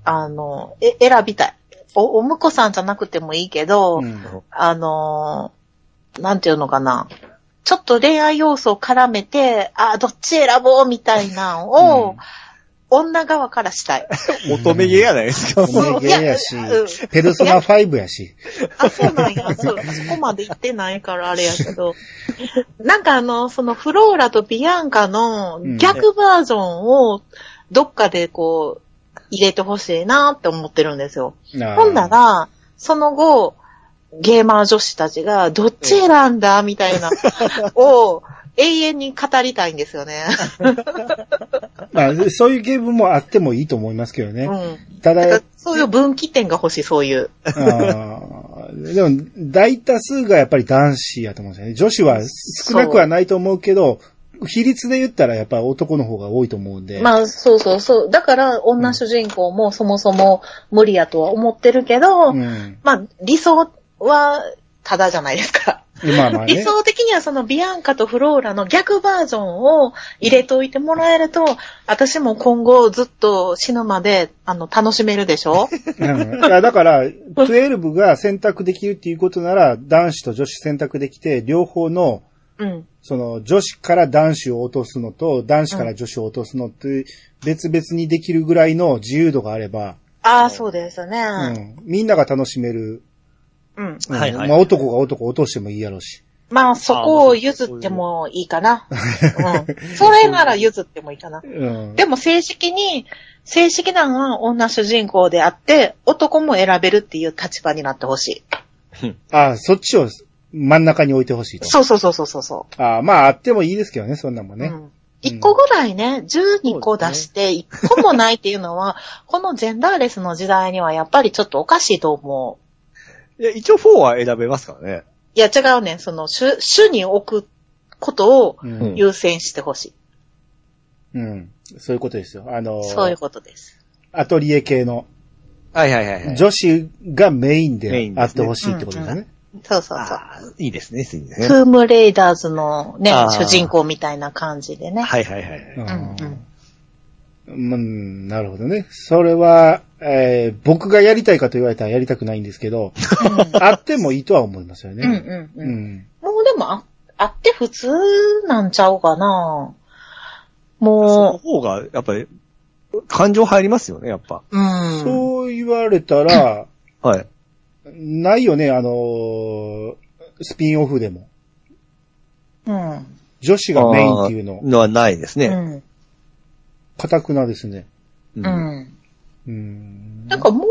あの、え、選びたい。お、お婿さんじゃなくてもいいけど、
うん
あのーなんていうのかな。ちょっと恋愛要素を絡めて、あ、どっち選ぼうみたいなのを、女側からした い。
乙女芸やないですか。
おめげやし
いやうん、
ペルソナ5やし。
あ、そうなんや。そう、そこまで行ってないからあれやけど。なんかあの、そのフローラとビアンカの逆バージョンを、どっかでこう、入れてほしいなって思ってるんですよ。ほんな
な
ら、その後、ゲーマー女子たちが、どっち選んだみたいな、を、永遠に語りたいんですよね。
まあ、そういうゲームもあってもいいと思いますけど
う
ね。
ん。
た
だか
だ
ら、そういう分岐点が欲しい、そういう。
あーでも、大多数がやっぱり男子やと思うんですよね。女子は少なくはないと思うけど、比率で言ったらやっぱり男の方が多いと思うんで。
まあ、そうそうそう。だから、女主人公もそもそも無理やとは思ってるけど、
うん。
まあ、理想は、ただじゃないですか。
まあまあ
理
ね。
想的には そのビアンカとフローラの逆バージョンを入れておいてもらえると、私も今後ずっと死ぬまで、あの、楽しめるでし ょ
うんいやだから、12が選択できるっていうことなら、男子と女子選択できて、両方の、
うん。
その、女子から男子を落とすのと、男子から女子を落とすのって、別々にできるぐらいの自由度があれば、
ああ、そうですね。
うん。みんなが楽しめる。
うん。
うん
はいはい
まあ男が男を落としてもいいやろうし。
まあ、そこを譲ってもいいか な。うん。それなら譲ってもいいかな。
うん。
でも正式に、正式なのは女主人公であって、男も選べるっていう立場になってほしい。
あそっちを真ん中に置いてほしいと。
そうそうそうそうそうそ
あまあ、あってもいいですけどね、そんなんも
う。
ね。
うん一個ぐらいね、12個出して、一個もないっていうのは、 このジェンダーレスの時代にはやっぱりちょっとおかしいと思う。
いや、一応4は選べますからね。
いや、違うね。その、主、主に置くことを
うん。
ん
優先してほし
うんそういうことですよ。あの
い。そういうことです。
アトリエ系の
はいはいはいはい。
女子がメイン
メ
で
インですね
あってほしいってことですね。
そうそうそう。
あーいいですね、いいですね。
トゥームレイダーズのね、
あー
主人公みたいな感じでね。
はいはいはい。
うんうん、なるほどね。それは、えー僕がやりたいかと言われたらやりたくないんです けど、あってもいいとは思いますよ
うん
ね。
うん
う
うん。
ん。
もうでもあ、あって普通なんちゃうかな
その
も
方が、やっぱり、感情入りますよね、やっぱ。
う、うん。
そう言われたら、
はい。
ないよね、あのースピンオフでも。
うん。
女子がメインっていうの
あー、のはないです
う
ね。
ん。
かたくなですね。
う。
うんん。
うん。
なんかも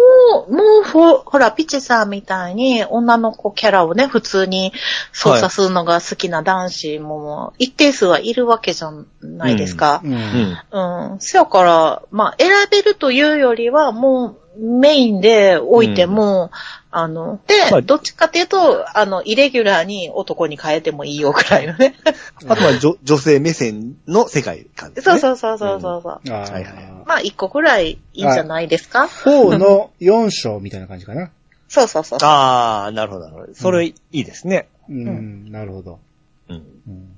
う、もうほ、ほら、ピチさんみたいに女の子キャラをね、普通に操作するのが好きな男子も、一定数はいるわけじゃないですか。
う。
うんん。
うん。そやから、まあ、選べるというよりは、もう、メインで置いても、あの、で、
まあ
どっちかっていうと、あの、イレギュラーに男に変えてもいいよくらいのね。
あとは女女性目線の世界観です
そ
ね。
うそうそうそうそうそう。
あ
はいは
あ。
まあ、一個くらいいいんじゃないですか
4の4章みたいな感じかな。
そうそうそう。
ああ、なるほど、なるほど。それ、いいですね。
うん、
う
なるほど。
うん。
うん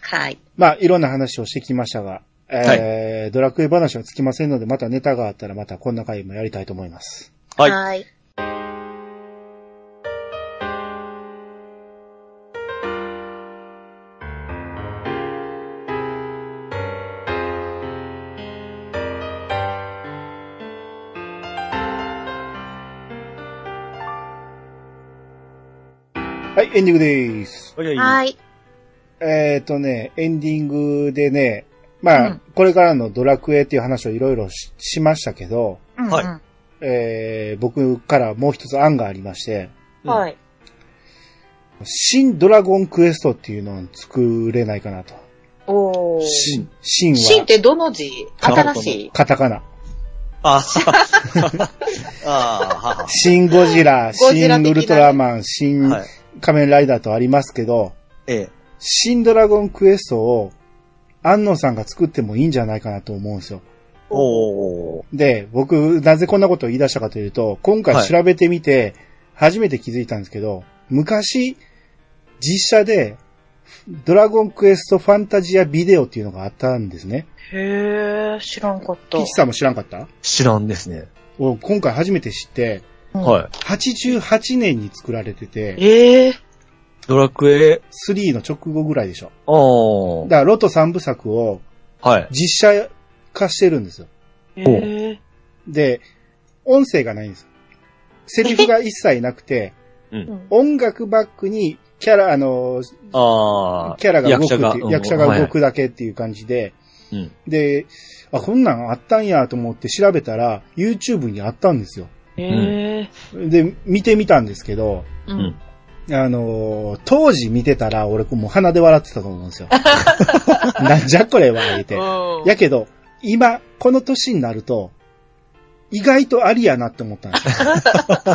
はい。
まあ、いろんな話をしてきましたが、えードラクエ話はつきませんので、またネタがあったらまたこんな回もやりたいと思います。
はい。
はい。
はい、エンディングです。
はいい。
えっ、ー、とね、エンディングでね、まあ、
うん
これからのドラクエっていう話をいろいろししましたけど、
うんうん
はい
えー、僕からもう一つ案がありまして、
はい。
新ドラゴンクエストっていうのを作れないかなと。
おー。
新、新
新っ
は
てどの字新しい
カタカナ。
あーあ
シン・ゴジラ、
ゴジラ的
シ
な
ン・
ね
ウルトラマン、シ
ー、
ン・
はい。
仮面ライダーとありますけど、
ええ。
シン・ドラゴンクエストを、安野さんが作ってもいいんじゃないかなと思うんですよ。
おー。
で、僕、なぜこんなことを言い出したかというと、今回
はい
調べてみて、初めて気づいたんですけど、昔、実写で、ドラゴンクエストファンタジアビデオっていうのがあったんですね。
へえ、知らんかった。
岸さんも知らんかった
知らんですね。
お今回初めて知って、
うん
はい。
88年に作られてて、
ええ
ドラクエ、
3の直後ぐらいでしょ。
ああ
だからロト3部作を
はい。
実写化してるんですよ。
ええ
で、音声がないんですよ。セリフが一切なくて、
うん
音楽バックにキャラ、あの、
ああ。
キャラが動くって
役者が
いうう、
ん
役者が動くだけっていう感じで、
はいうん
で、あ、こんなんあったんやと思って調べたら、YouTube にあったんですよ。
ええ
で、見てみたんですけど、
うんん。
あのー当時見てたら、俺もう鼻で笑ってたと思うんです よ。なんじゃこれは、言うて。やけど、今、この年になると、意外とありやなって思ったんですよ。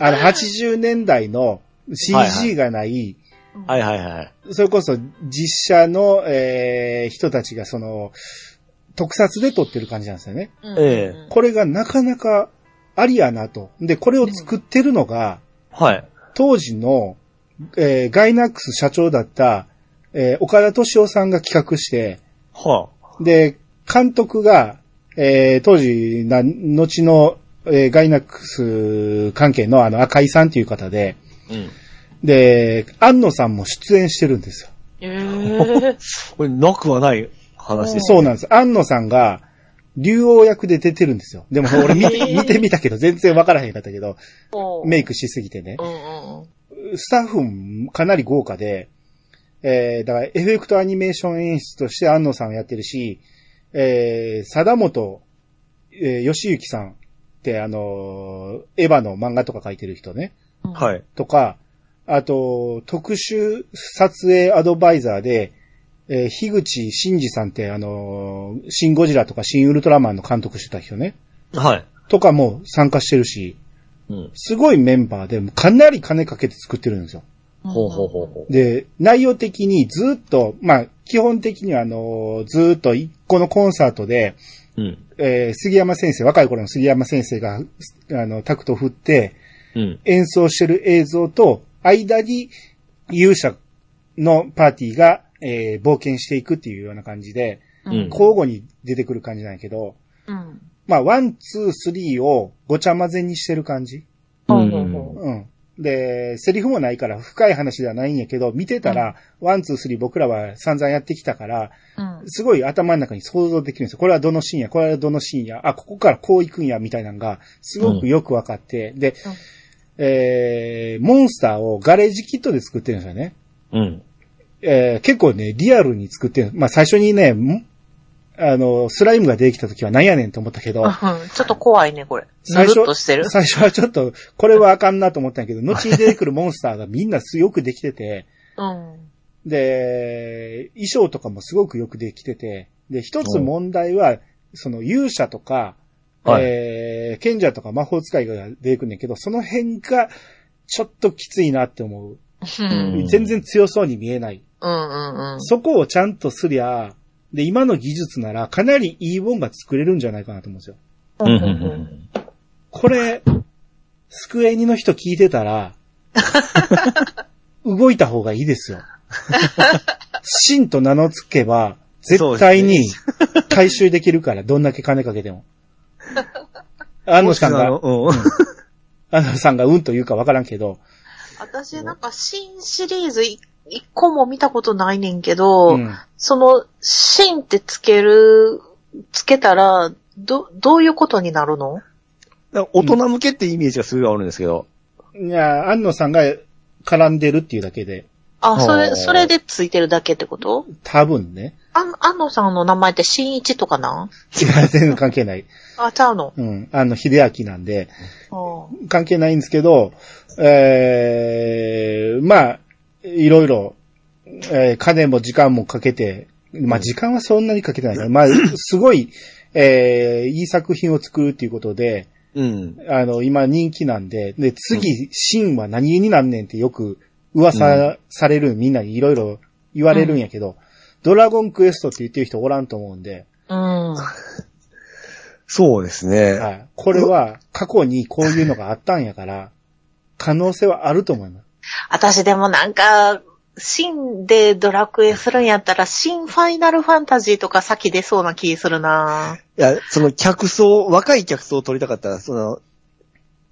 あの、80年代の CG がない、
はいはいはい。
それこそ実写の、えー人たちがその、特撮で撮ってる感じなんですよね。
うん
ええ
これがなかなかありやなと。で、これを作ってるのが、
はい。
当時の、えーガイナックス社長だった、えー岡田敏夫さんが企画して、
は
で、監督が、えー当時、な、後の、えーガイナックス関係のあの赤井さんっていう方で、
あ。うん。
で、安野さんも出演してるんですよ。
ええ
これ、なくはない話です。
そうなんです。安野さんが、竜王役で出てるんですよ。でも俺見 て、
えー
見てみたけど全然わからへんかったけど、メイクしすぎてね
う。んうんうん。
スタッフもかなり豪華で、えー、だからエフェクトアニメーション演出として安野さんをやってるし、えー、貞本、えー、吉幸さんってあのーエヴァの漫画とか書いてる人ね、
はい。
とか、あと、特殊撮影アドバイザーで、えー、樋口真嗣さんってあのーシンゴジラとかシンウルトラマンの監督してた人ね、
はい。
とかも参加してるし、
うん。
すごいメンバーで、かなり金かけて作ってるんですよ。
ほうほうほうほ
で、内容的にずっと、まあ、基本的にはあの、ずっと一個のコンサートで、
う。うん。
えー杉山先生、若い頃の杉山先生が、すあの、タクト振って
うん。
演奏してる映像と、間に勇者のパーティーが、えー冒険していくっていうような感じで、
うん
交互に出てくる感じなんやけど、
うん。
まあ、ワン、ツー、スリーをごちゃ混ぜにしてる感じ。
ほう
うん
ほうほ
うん。で、セリフもないから深い話ではないんやけど、見てたら、ワン、ツー、スリー僕らは散々やってきたから、
う。うん。
すごい頭の中に想像できるんですよ。これはどのシーンや、これはどのシーンや、あ、ここからこう行くんや、みたいなのが、すごくよくわかって、で、えー、モンスターをガレージキットで作ってるんですよね。
うん。
えー、結構ね、リアルに作ってる。まあ、最初にね、んあの、スライムが出てきた時はなんやねんと思ったけど、
うん ちょっと怖いね、これ。ぬ
最
るっ
初
としてる。
最初はちょっと、これはあかんなと思ったんや けど、後に出てくるモンスターがみんなすごくできてて、
うん。
で、衣装とかもすごくよくできてて、で、一つ問題は、その勇者とか、
はい
えー賢者とか魔法使いが出てくるんやけど、その辺が、ちょっときついなって思う。
うん
ん
全然強そうに見えない。
うんうん。
そこをちゃんとすりゃ、で、今の技術ならかなりいいもんが作れるんじゃないかなと思うんですよ。
うん。うん。
これ、スクエニの人聞いてたら、動いた方がいいですよ。シンと名の付けば、絶対に回収できるから、どんだけ金かけても。安野さん
あ
が
の、うん。
安野さんがうんと言うかわからんけど、
私なんか新シリーズい一個も見たことないねんけど、
うん
その、新ってつける、つけたら、ど、どういうことになるの
なんか大人向けってイメージがすごいあるんですけど。
いや、安野さんが絡んでるっていうだけで、
あ、それ、
あー
それでついてるだけってこと
多分ね。
あ、安野さんの名前って新一とかなん
いや、全然関係ない。
あ、ちゃうの。
うん。あの、秀明なんで。
うん
関係ないんですけど、えー、まあ、いろいろ、えー、金も時間もかけて、まあ時間はそんなにかけてないから、まあ、すごい、えー、いい作品を作るっていうことで、
うん。
あの、今人気なんで、で、次、シンは何になんねんってよく噂される、みんなにいろいろ言われるんやけど、ドラゴンクエストって言ってる人おらんと思うんで、
うん。
そうですね。
はい。これは過去にこういうのがあったんやから、可能性はあると思います。
私でもなんか、新でドラクエするんやったら、新ファイナルファンタジーとか先出そうな気するない
や、その客層、若い客層を取りたかったら、その、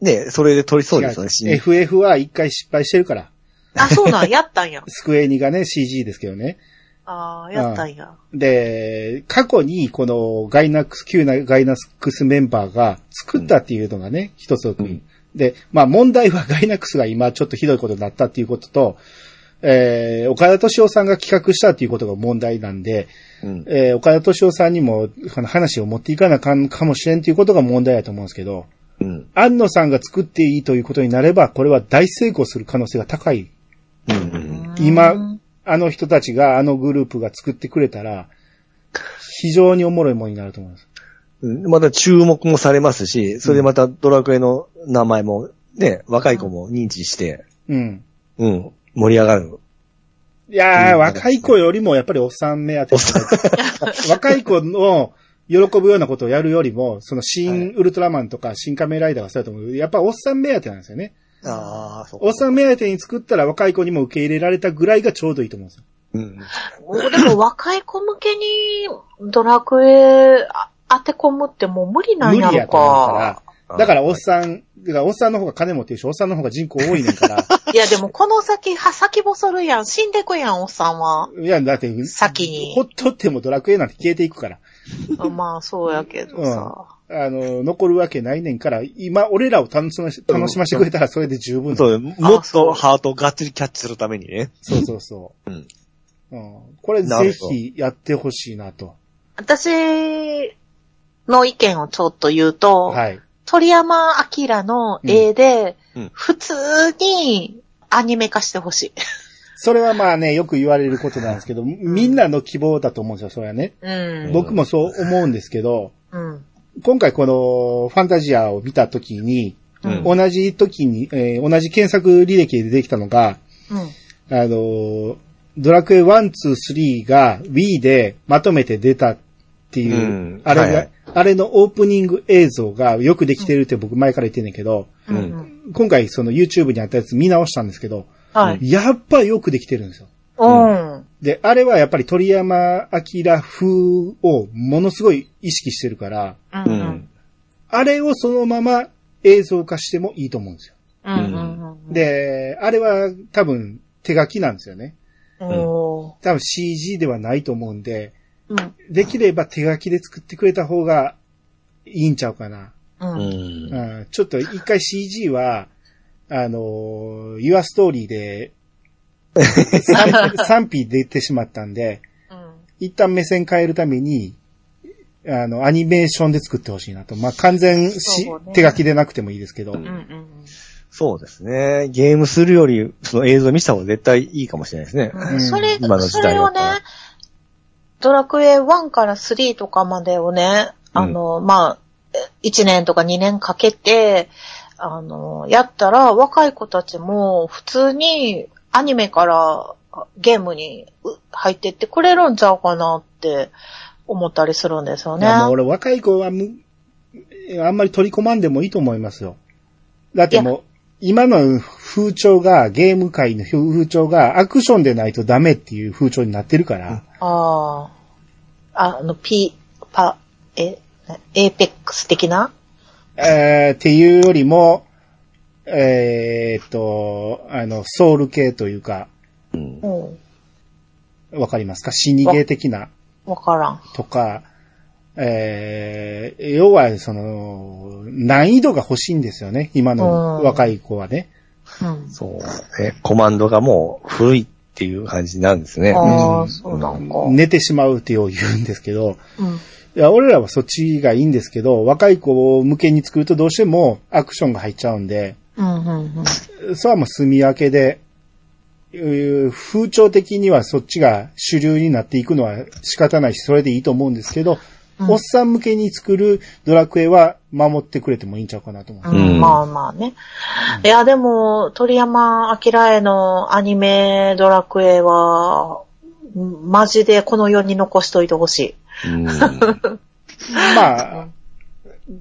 ね、それで取りそうですよね、死
違う
に。
FF は一回失敗してるから。
あ、そうなん、やったんや。
スクエニがね、CG ですけどね。
ああ、やったんや。
で、過去にこのガイナックス、旧なガイナックスメンバーが作ったっていうのがね、一つの国、で、まあ問題はガイナックスが今ちょっとひどいことになったっていうことと、えー、岡田敏夫さんが企画したっていうことが問題なんで、
うん。
えー、岡田敏夫さんにもあの話を持っていかなあかんかもしれんっていうことが問題だと思うんですけど、
うん。
安野さんが作っていいということになれば、これは大成功する可能性が高い。
うん。う。
うんん
今、あの人たちが、あのグループが作ってくれたら、非常におもろいものになると思います。
うんまた注目もされますし、それでまたドラクエの名前も、ね、若い子も認知して、
うん。
うん、盛り上がる。
いやー、
うん
若い子よりもやっぱりおっさん目当 ての。若い子の喜ぶようなことをやるよりも、その
は
新ウルトラマンとか新仮面ライダーがそうだと思う。やっぱおっさん目当てなんですよね。
ああ、そ
おっさん目当てに作ったら若い子にも受け入れられたぐらいがちょうどいいと思うんですよ。
うん。
でも若い子向けにドラクエあ当て込むってもう無理なん
無
や
理
ろ
やと思うから
か。。
だから、おっさん、だから、おっさんの方が金持ってるし、おっさんの方が人口多いねんから。
いやでもこの先、は、先細るやん。死んでくやん、おっさん は。
いや、だって、
先に
ほっとってもドラクエなんて消えていくから。
まあ、そうやけどさ。
あの、残るわけないねんから、今、俺らを楽しまし、楽しましてくれたらそれで十分だ。
そう、もっとハートをがっつりキャッチするためにね。
そうそうそう。
うん
うんこれ、ぜひ、やってほしいなと。
私の意見をちょっと言うと、
はい。
鳥山明の絵で
うんうん、
普通にアニメ化してほしい。
それはまあね、よく言われることなんですけど、みんなの希望だと思うんですよ、それはね。
うん。
僕もそう思うんですけど、
うん。
今回この、ファンタジアを見たときに、
うん。
同じ時に、えー同じ検索履歴で出てきたのが、
うん。
あのードラクエ1、2、3が Wii でまとめて出たっていう、
うん
あれが、
はいはい
あれのオープニング映像がよくできてるって僕前から言ってんねんけど、
うんん。
今回その YouTube にあったやつ見直したんですけど、
はい。
やっぱよくできてるんですよ。
うん。
で、あれはやっぱり鳥山明風をものすごい意識してるから、
うん。う
うんん。。
あれをそのまま映像化してもいいと思うんですよ。
うんうん。
で、あれは多分手書きなんですよね。
うん、お
多分 CG ではないと思うんで、
ーうん。
できれば手書きで作ってくれた方がいいんちゃうかな。
う。
うんん
う。ん、ちょっと一回 CG は、あのー、Your Story で賛賛否出てしまったんで、一旦目線変えるために、あの、アニメーションで作ってほしいなと。まあ、完全し、
そうね
手書きでなくてもいいですけど。
うん
うんうん。
そうですね。ゲームするより、その映像見せた方が絶対いいかもしれないですね。
うんそれ、
今の
そ
時
れ
代だ
を
った
ね
ら、
ドラクエ1から3とかまでをね、あの、まあ、え1年とか2年かけて、あの、やったら若い子たちも普通にアニメからあゲームにう入ってってくれるんちゃうかなって思ったりするんですよ
い
ね。
やもう俺若い子はむ、あんまり取り込まんでもいいと思いますよ。だってもう、今の風潮が、ゲーム界の風潮が、アクションでないとダメっていう風潮になってるから、
ああ。あの、P、パ、え、エーペックス的な
えー、っていうよりも、えーっと、あの、ソウル系というか、
うん。
うん。
わかりますか死にゲー的な
わからん。
とか、えー、要は、その、難易度が欲しいんですよね。今の若い子はね。
うん。
そう。え、コマンドがもう古いっていう感じなんですね。
ああ、そうなんか。
寝てしまうってよう言うんですけど、
うん。
いや、俺らはそっちがいいんですけど、若い子を向けに作るとどうしてもアクションが入っちゃうんで、
うん、うん、うん。
それはもう住み分けで、うー風潮的にはそっちが主流になっていくのは仕方ないし、それでいいと思うんですけ
う
ど、
ん
おっさん向けに作るドラクエは守ってくれてもいいんちゃうかなと思う。
うん
うん
まあまあね。いや、でも、鳥山明へのアニメドラクエは、うんマジでこの世に残しといてほしい。
うん。
まあ、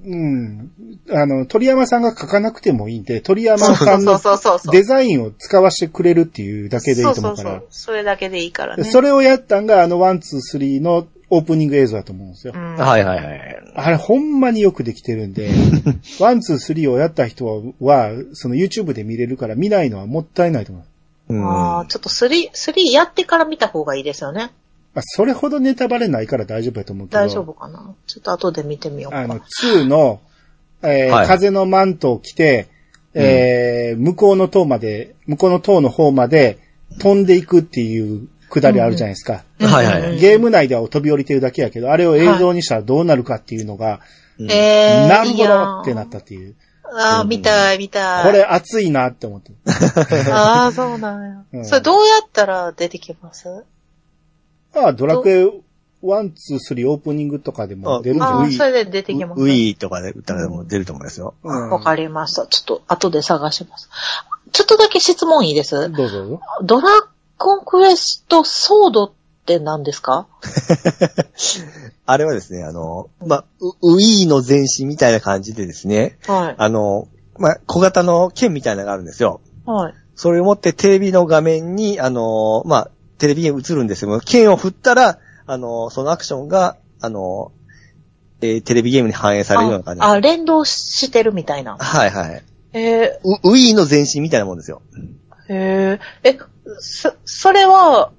うん。あの、鳥山さんが書かなくてもいいんで、鳥山さん
そう
の
そうそうそう。
デザインを使わせてくれるっていうだけでいいと思うか
そうそう
ら
そう。。それだけでいいからね。
それをやったんが、あの、ワン、ツー、スリーのオープニング映像だと思うんですよ
う。ん。
はいはいはい。
あれ、ほんまによくできてるんで、ワン、ツー、スリーをやった人は、その YouTube で見れるから見ないのはもったいないと思う。
うん。
ああ、ちょっと3、3やってから見た方がいいですよね。
まあ、それほどネタバレないから大丈夫だと思うけど。
大丈夫かなちょっと後で見てみよう
あ
か
の、。2の、えー
はい
風のマントを着て、えー向こうの塔まで、向こうの塔の方まで飛んでいくっていうくだりあるじゃないですか。
うん
はいはいは
ゲーム内では飛び降りてるだけやけど、あれを映像にしたらどうなるかっていうのが、
えー、
なる
いい
ほ
や
ど
ん
ってなったっていう。
ああ、見たい、見たい。
これ熱いなって思って。
ああ、そうなん
う
や。
ん
それどうやったら出てきます
ああ、ドラクエ1、2、3オープニングとかでも出るんじゃ
あ
な
あ、
い
それで出てきます
ウ。ィーとかで打ったらもう出ると思いますよ。
うん
わかりました。ちょっと後で探します。ちょっとだけ質問いいです。
どうぞどうぞ。
ドラゴンクエストソードって何ですか
あれはですね、あの、まあ、ウウィーの前身みたいな感じでですね、
はい。
あの、まあ、小型の剣みたいなのがあるんですよ。
はい。
それを持ってテレビの画面に、あの、まあ、テレビに映るんですけども、剣を振ったら、あの、そのアクションが、あの、えーテレビゲームに反映されるような感じ
あ、あ連動してるみたいな。
はいはい。
え
ウウィーの前身みたいなもんですよ。
ー、えー、え、そ、それは、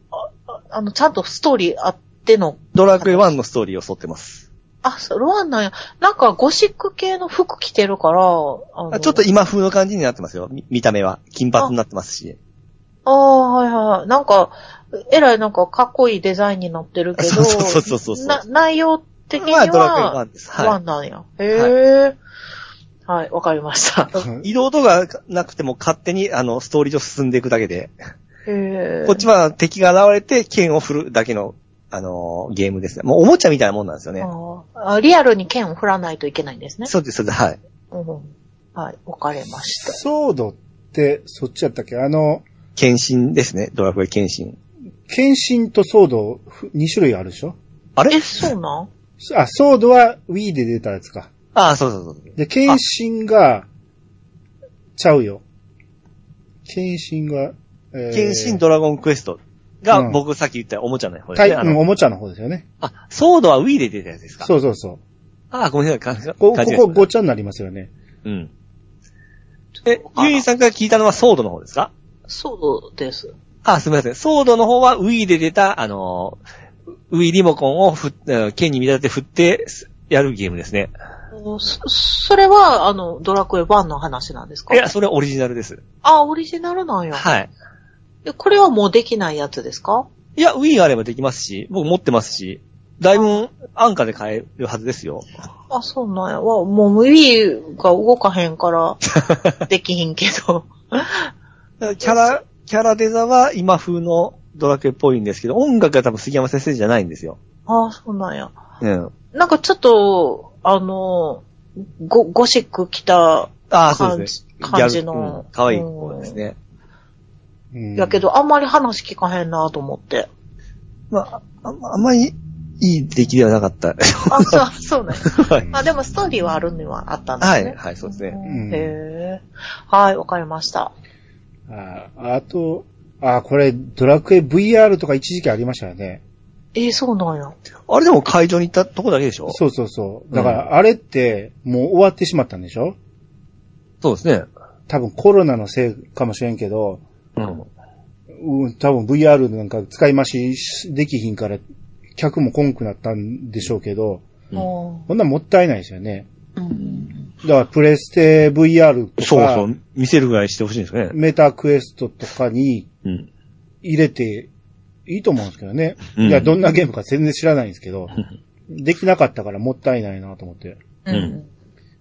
ああの、ちゃんとストーリーあっての、
ドラクエ1のストーリーを沿ってます。
あ、そうロアンなんや。なんかゴシック系の服着てるから、あの
あちょっと、今風の感じになってますよ。み見た目は。金髪になってますし。
ああ、はいはいはい。なんか、えらいなんかかっこいいデザインになってるけど、
そうそうそうそうそう
な内容的に
ま
は、
あ、ドラクエ1です。
ワ
は
ンなんや。へえ。はい、わかりました。
い。移動とかなくても勝手に、あの、ストーリー上進んでいくだけで。
へえ。
こっちは敵が現れて剣を振るだけの、あのーゲームですね。もうおもちゃみたいなもんなんですよね。
あーあリアルに剣を振らないといけないんですね。
そうです、そうです。はい。
うん、はい、わかりました。
ソードって、そっちやったっけあの、
剣心ですね。ドラクエ剣心。
剣心とソード、2種類あるでしょ
あれ
え、そうなん
あ、ソードは Wii で出たやつか。
ああ、そうそうそう。
で、剣心が、ちゃうよ。剣心が、えー
剣心ドラゴンクエスト
う
が
ん
僕さっき言ったおもちゃの方です
タイ
ね。あ
うん、お
の
もちゃの方ですよね。
あ、ソードは Wii で出たやつですか
そうそうそう。
ああ、ごめんなさい。か
ここ
勘違いし
こ
ました
ごちゃになりますよね。
うん。え、ユイさんから聞いたのはソードの方ですか
そうです。
あ、すみません。ソードの方は Wii で出た、あのー、Wii リモコンをふっ、うん剣に見立てて振ってすやるゲームですね。
うんそそれは、あの、ドラクエ1の話なんですか
いや、それオリジナルです。
あ、オリジナルなんや。
はい。
でこれはもうできないやつですか
いや、Wii があればできますし、僕持ってますし、だいぶ安価で買えるはずですよ。
あ、そうなんや。わもう Wii が動かへん から、できひんけど。
キャラ、キャラデザは今風のドラクエっぽいんですけど、音楽が多分杉山先生じゃないんですよ。
あ、そうなんや。
うん。
なんかちょっと、あの、ゴゴシック来た
ああ、そう
感
です
じ
ね。
感じ
ギャルう
の
ん。可愛い子ですね。
うん、
やけど、あんまり話聞かへんなと思って。
まあ、ああんまりいい出来ではなかった。
あ、 そう、そうね。
はい。
あ、でもストーリーはあるにはあったんです
は
ね。
い、はい、そうですね。
う
へ
ん
え。はい、わかりました。
ああと、あ、これ、ドラクエ VR とか一時期ありましたよね。
えー、そうなんや。
あれでも会場に行ったとこだけでしょ
そうそうそう。だから、あれって、もう終わってしまったんでしょ
そうですね。
多分コロナのせいかもしれんけど、
うん。
うん、多分 VR なんか使い増ししできひんから、客もこんくなったんでしょうけど、
うん
も
こんなんもったいないですよね。
ううん。
だからプレステ VR とか、
そうそう、見せるぐらいしてほしいんですね。
メタクエストとかに
うん。
入れていいと思うんですけどね。
うん
いや、どんなゲームか全然知らないんですけ ど、できなかったからもったいないなと思って。
うん。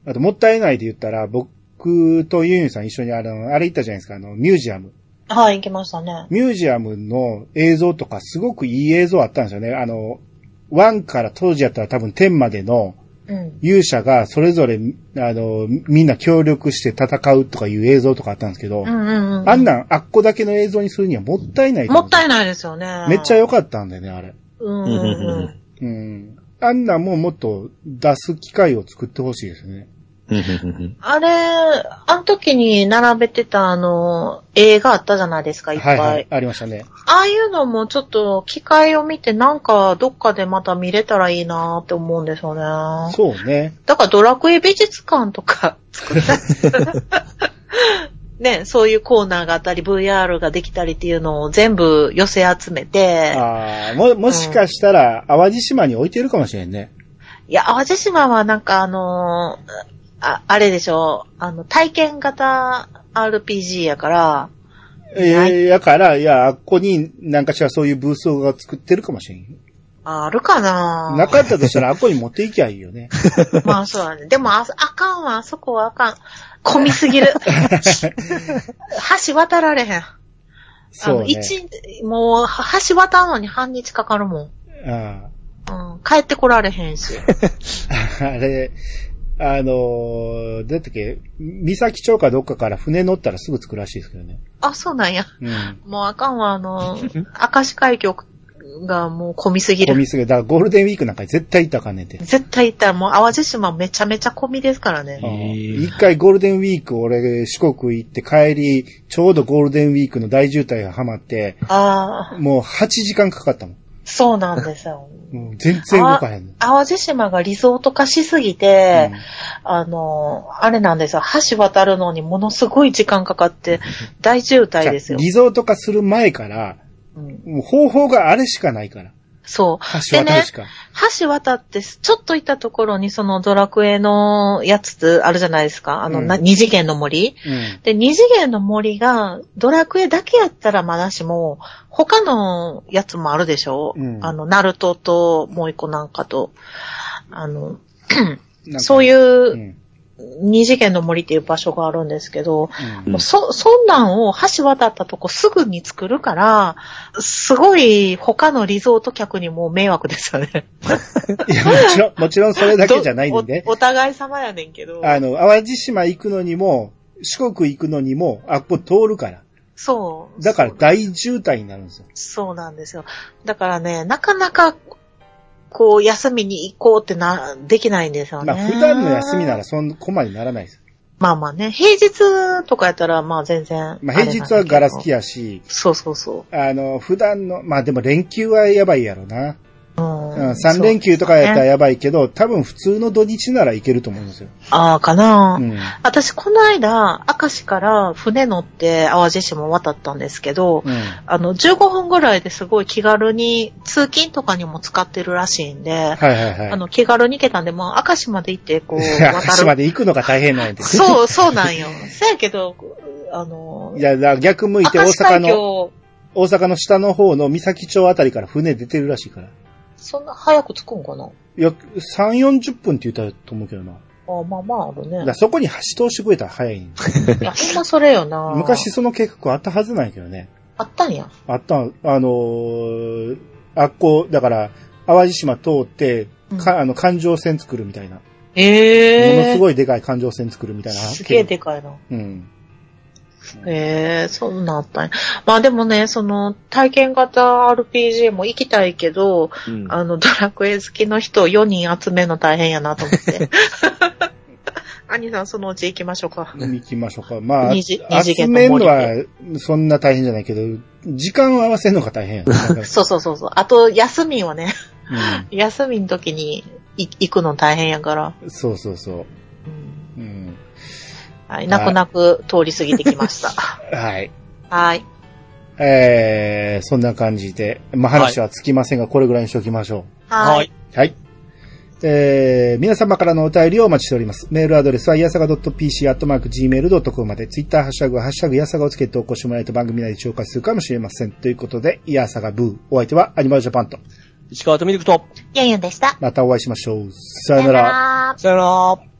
あと、もったいないで言ったら、僕とユンユンさん一緒にあの、あれ行ったじゃないですか、あの、ミュージアム。
はい、行きましたね。
ミュージアムの映像とかすごくいい映像あったんですよね。あの、1から当時やったら多分10までの
うん。
勇者がそれぞれ、あの、みんな協力して戦うとかいう映像とかあったんですけど、
うんうんうん。
あんなんあっこだけの映像にするにはもったいないと
も
思
っ
う
たいないですよね。
めっちゃ良かったんだよね、あれ。
うん
う
う
んうん
ん
う
うんん。
うん。あんなんもうもっと出す機会を作ってほしいですね。
うんうん
あれ、あの時に並べてたあの、映画あったじゃないですか、いっぱ。
はいいはい。ありましたね。
ああいうのもちょっと機会を見てなんかどっかでまた見れたらいいなーって思うんですよね。
そうね。
だからドラクエ美術館と か作ったらね、そういうコーナーがあったり VR ができたりっていうのを全部寄せ集めて、
ああ、も、もしかしたら、淡路島に置いてるかもしれんね。
いや、淡路島はなんかあのーあ、あれでしょ、あの、体験型 RPG やから、
え
は
ー、やから、いや、あっこになんかしらそういうブースをが作ってるかもしれんよ。
あるかな
なかったとしたら、あっこに持っていきゃいいよね。
まあそうだね。でもあ、あかんわ、あそこはあかん。混みすぎる。橋渡られへん。 あ
そう
の、
ね。
一、もう、は橋渡るのに半日かかるもん。
あ
うん、帰ってこられへん し。
ー あれ、あのー、だってっけ、三崎町かどっかから船乗ったらすぐ着くらしいですけどね。
あ、そうなんや。
うん。
もうあかんわ、あの、明石海峡がもう混みすぎ
混
る
み。すぎるだからゴールデンウィークなんかに絶対行ったらあかんねんて。
絶対行ったらもう淡路島めちゃめちゃ混みですからね。
一回ゴールデンウィーク俺四国行って帰り、ちょうどゴールデンウィークの大渋滞がハマって、
ああ、
もう8時間かかったもん。
そうなんですよ。
もう全然動かへんの。
淡路島がリゾート化しすぎて、あの、あれなんですよ。橋渡るのにものすごい時間かかって、大渋滞ですよ。
リゾート化する前から、
うん
もう方法があれしかないから。
そう。
橋
で
渡
ね
るし、か。
橋渡って、ちょっと行ったところにそのドラクエのやつあるじゃないですか。あの、
うん
な二次元の森。
うん。
で、二次元の森が、ドラクエだけやったらまだしも、他のやつもあるでしょ、
うん
あの、ナルトと、もう一個なんかと、あの、
なんか。
そういううん二次元の森っていう場所があるんですけど、
うん
もうそ、そんなんを橋渡ったとこすぐに作るから、すごい他のリゾート客にも迷惑ですよね。
いや、もちろん、もちろんそれ だけじゃないんで
ど。おお互い様やねんけど。
あの、淡路島行くのにも、四国行くのにも、あっこ通るから。
そう。
だから
そう。
大渋滞になるんですよ。
そうなんですよ。だからね、なかなか、こう、休みに行こうってな、できないんですよね。
まあ普段の休みならそんなこまでならないです。
まあまあね、平日とかやったら、まあ全然。
まあ平日はガラス
き
きやし、
そうそうそ
あの、普段の、まあでも連休はやばいやろな。
う。う。
うんん、3連休とかやったら
そう
やばいけど、多分普通の土日ならいけると思うんですよ。
ああ、かな、
うん。
私、この間、明石から船乗って淡路島渡ったんですけど、
うん。
あの、15分ぐらいですごい気軽に、通勤とかにも使ってるらしいんで、
はいはい
あ
はい。
の、気軽に行けたんで、まあ、明石まで行って、 こう、
明石
渡
ま
る。
で行くのが大変なんです。
そう、そうなん よ。せやけど、あの
い、や、だから逆向いて大
明石
阪
海
の、
峡、
大阪の下の方の三崎町あたりから船出てるらしいから。
そんな早く着くんかない
や、3、40分って言ったと思うけどな。
あまあまあある
だ
ね
から。そこに橋通してくれたら早いんだ。
いや、ほんまそれよな。
昔。その計画あったはずなんやけどね。
あったんや。
あった、あのーあっこ、だから、淡路島通って、か、あの、環状線作るみたいな。
ええー。
ものす
い。
ごいでかい環状線作るみたいな。
すげえでかいな。
うん。
ええそんなんあったんや。まあでもね、その、体験型 RPG も行きたいけど、
うん
あの、ドラクエ好きの人4人集めるの大変やなと思 って。兄さん、そのうち行きましょうか。
行きましょうか。まあ、
二次二次
集
元
め
の
んの
森
は、そんな大変じゃないけど、時間を合わせるのが大変やね
そうそうそうそう。あと、休みはね、
う
休みの時にい行くの大変やから。
ん。そうそうそう。
うん
うん。
はい、泣く泣く通り過ぎてきました。
はい。
はい。
えー、そんな感じで、まあ、話はつきませんが、これぐらいにしておきましょ
はい。
はい。
う。はい。えー、皆様からのお便りをお待ちしております。メールアドレスは、やさが .pc、アットマーク、gmail.com まで、ツイッター、ハッシュタグは、ハッシュタグ、やさがをつけてお越しもらえると番組内で紹介するかもしれません。ということで、やさがブー。お相手は、アニマルジャパンと。
石川とミルクと、
ゆんゆんでした。
またお会いしましょう。さよなら。
ら。
さよなら。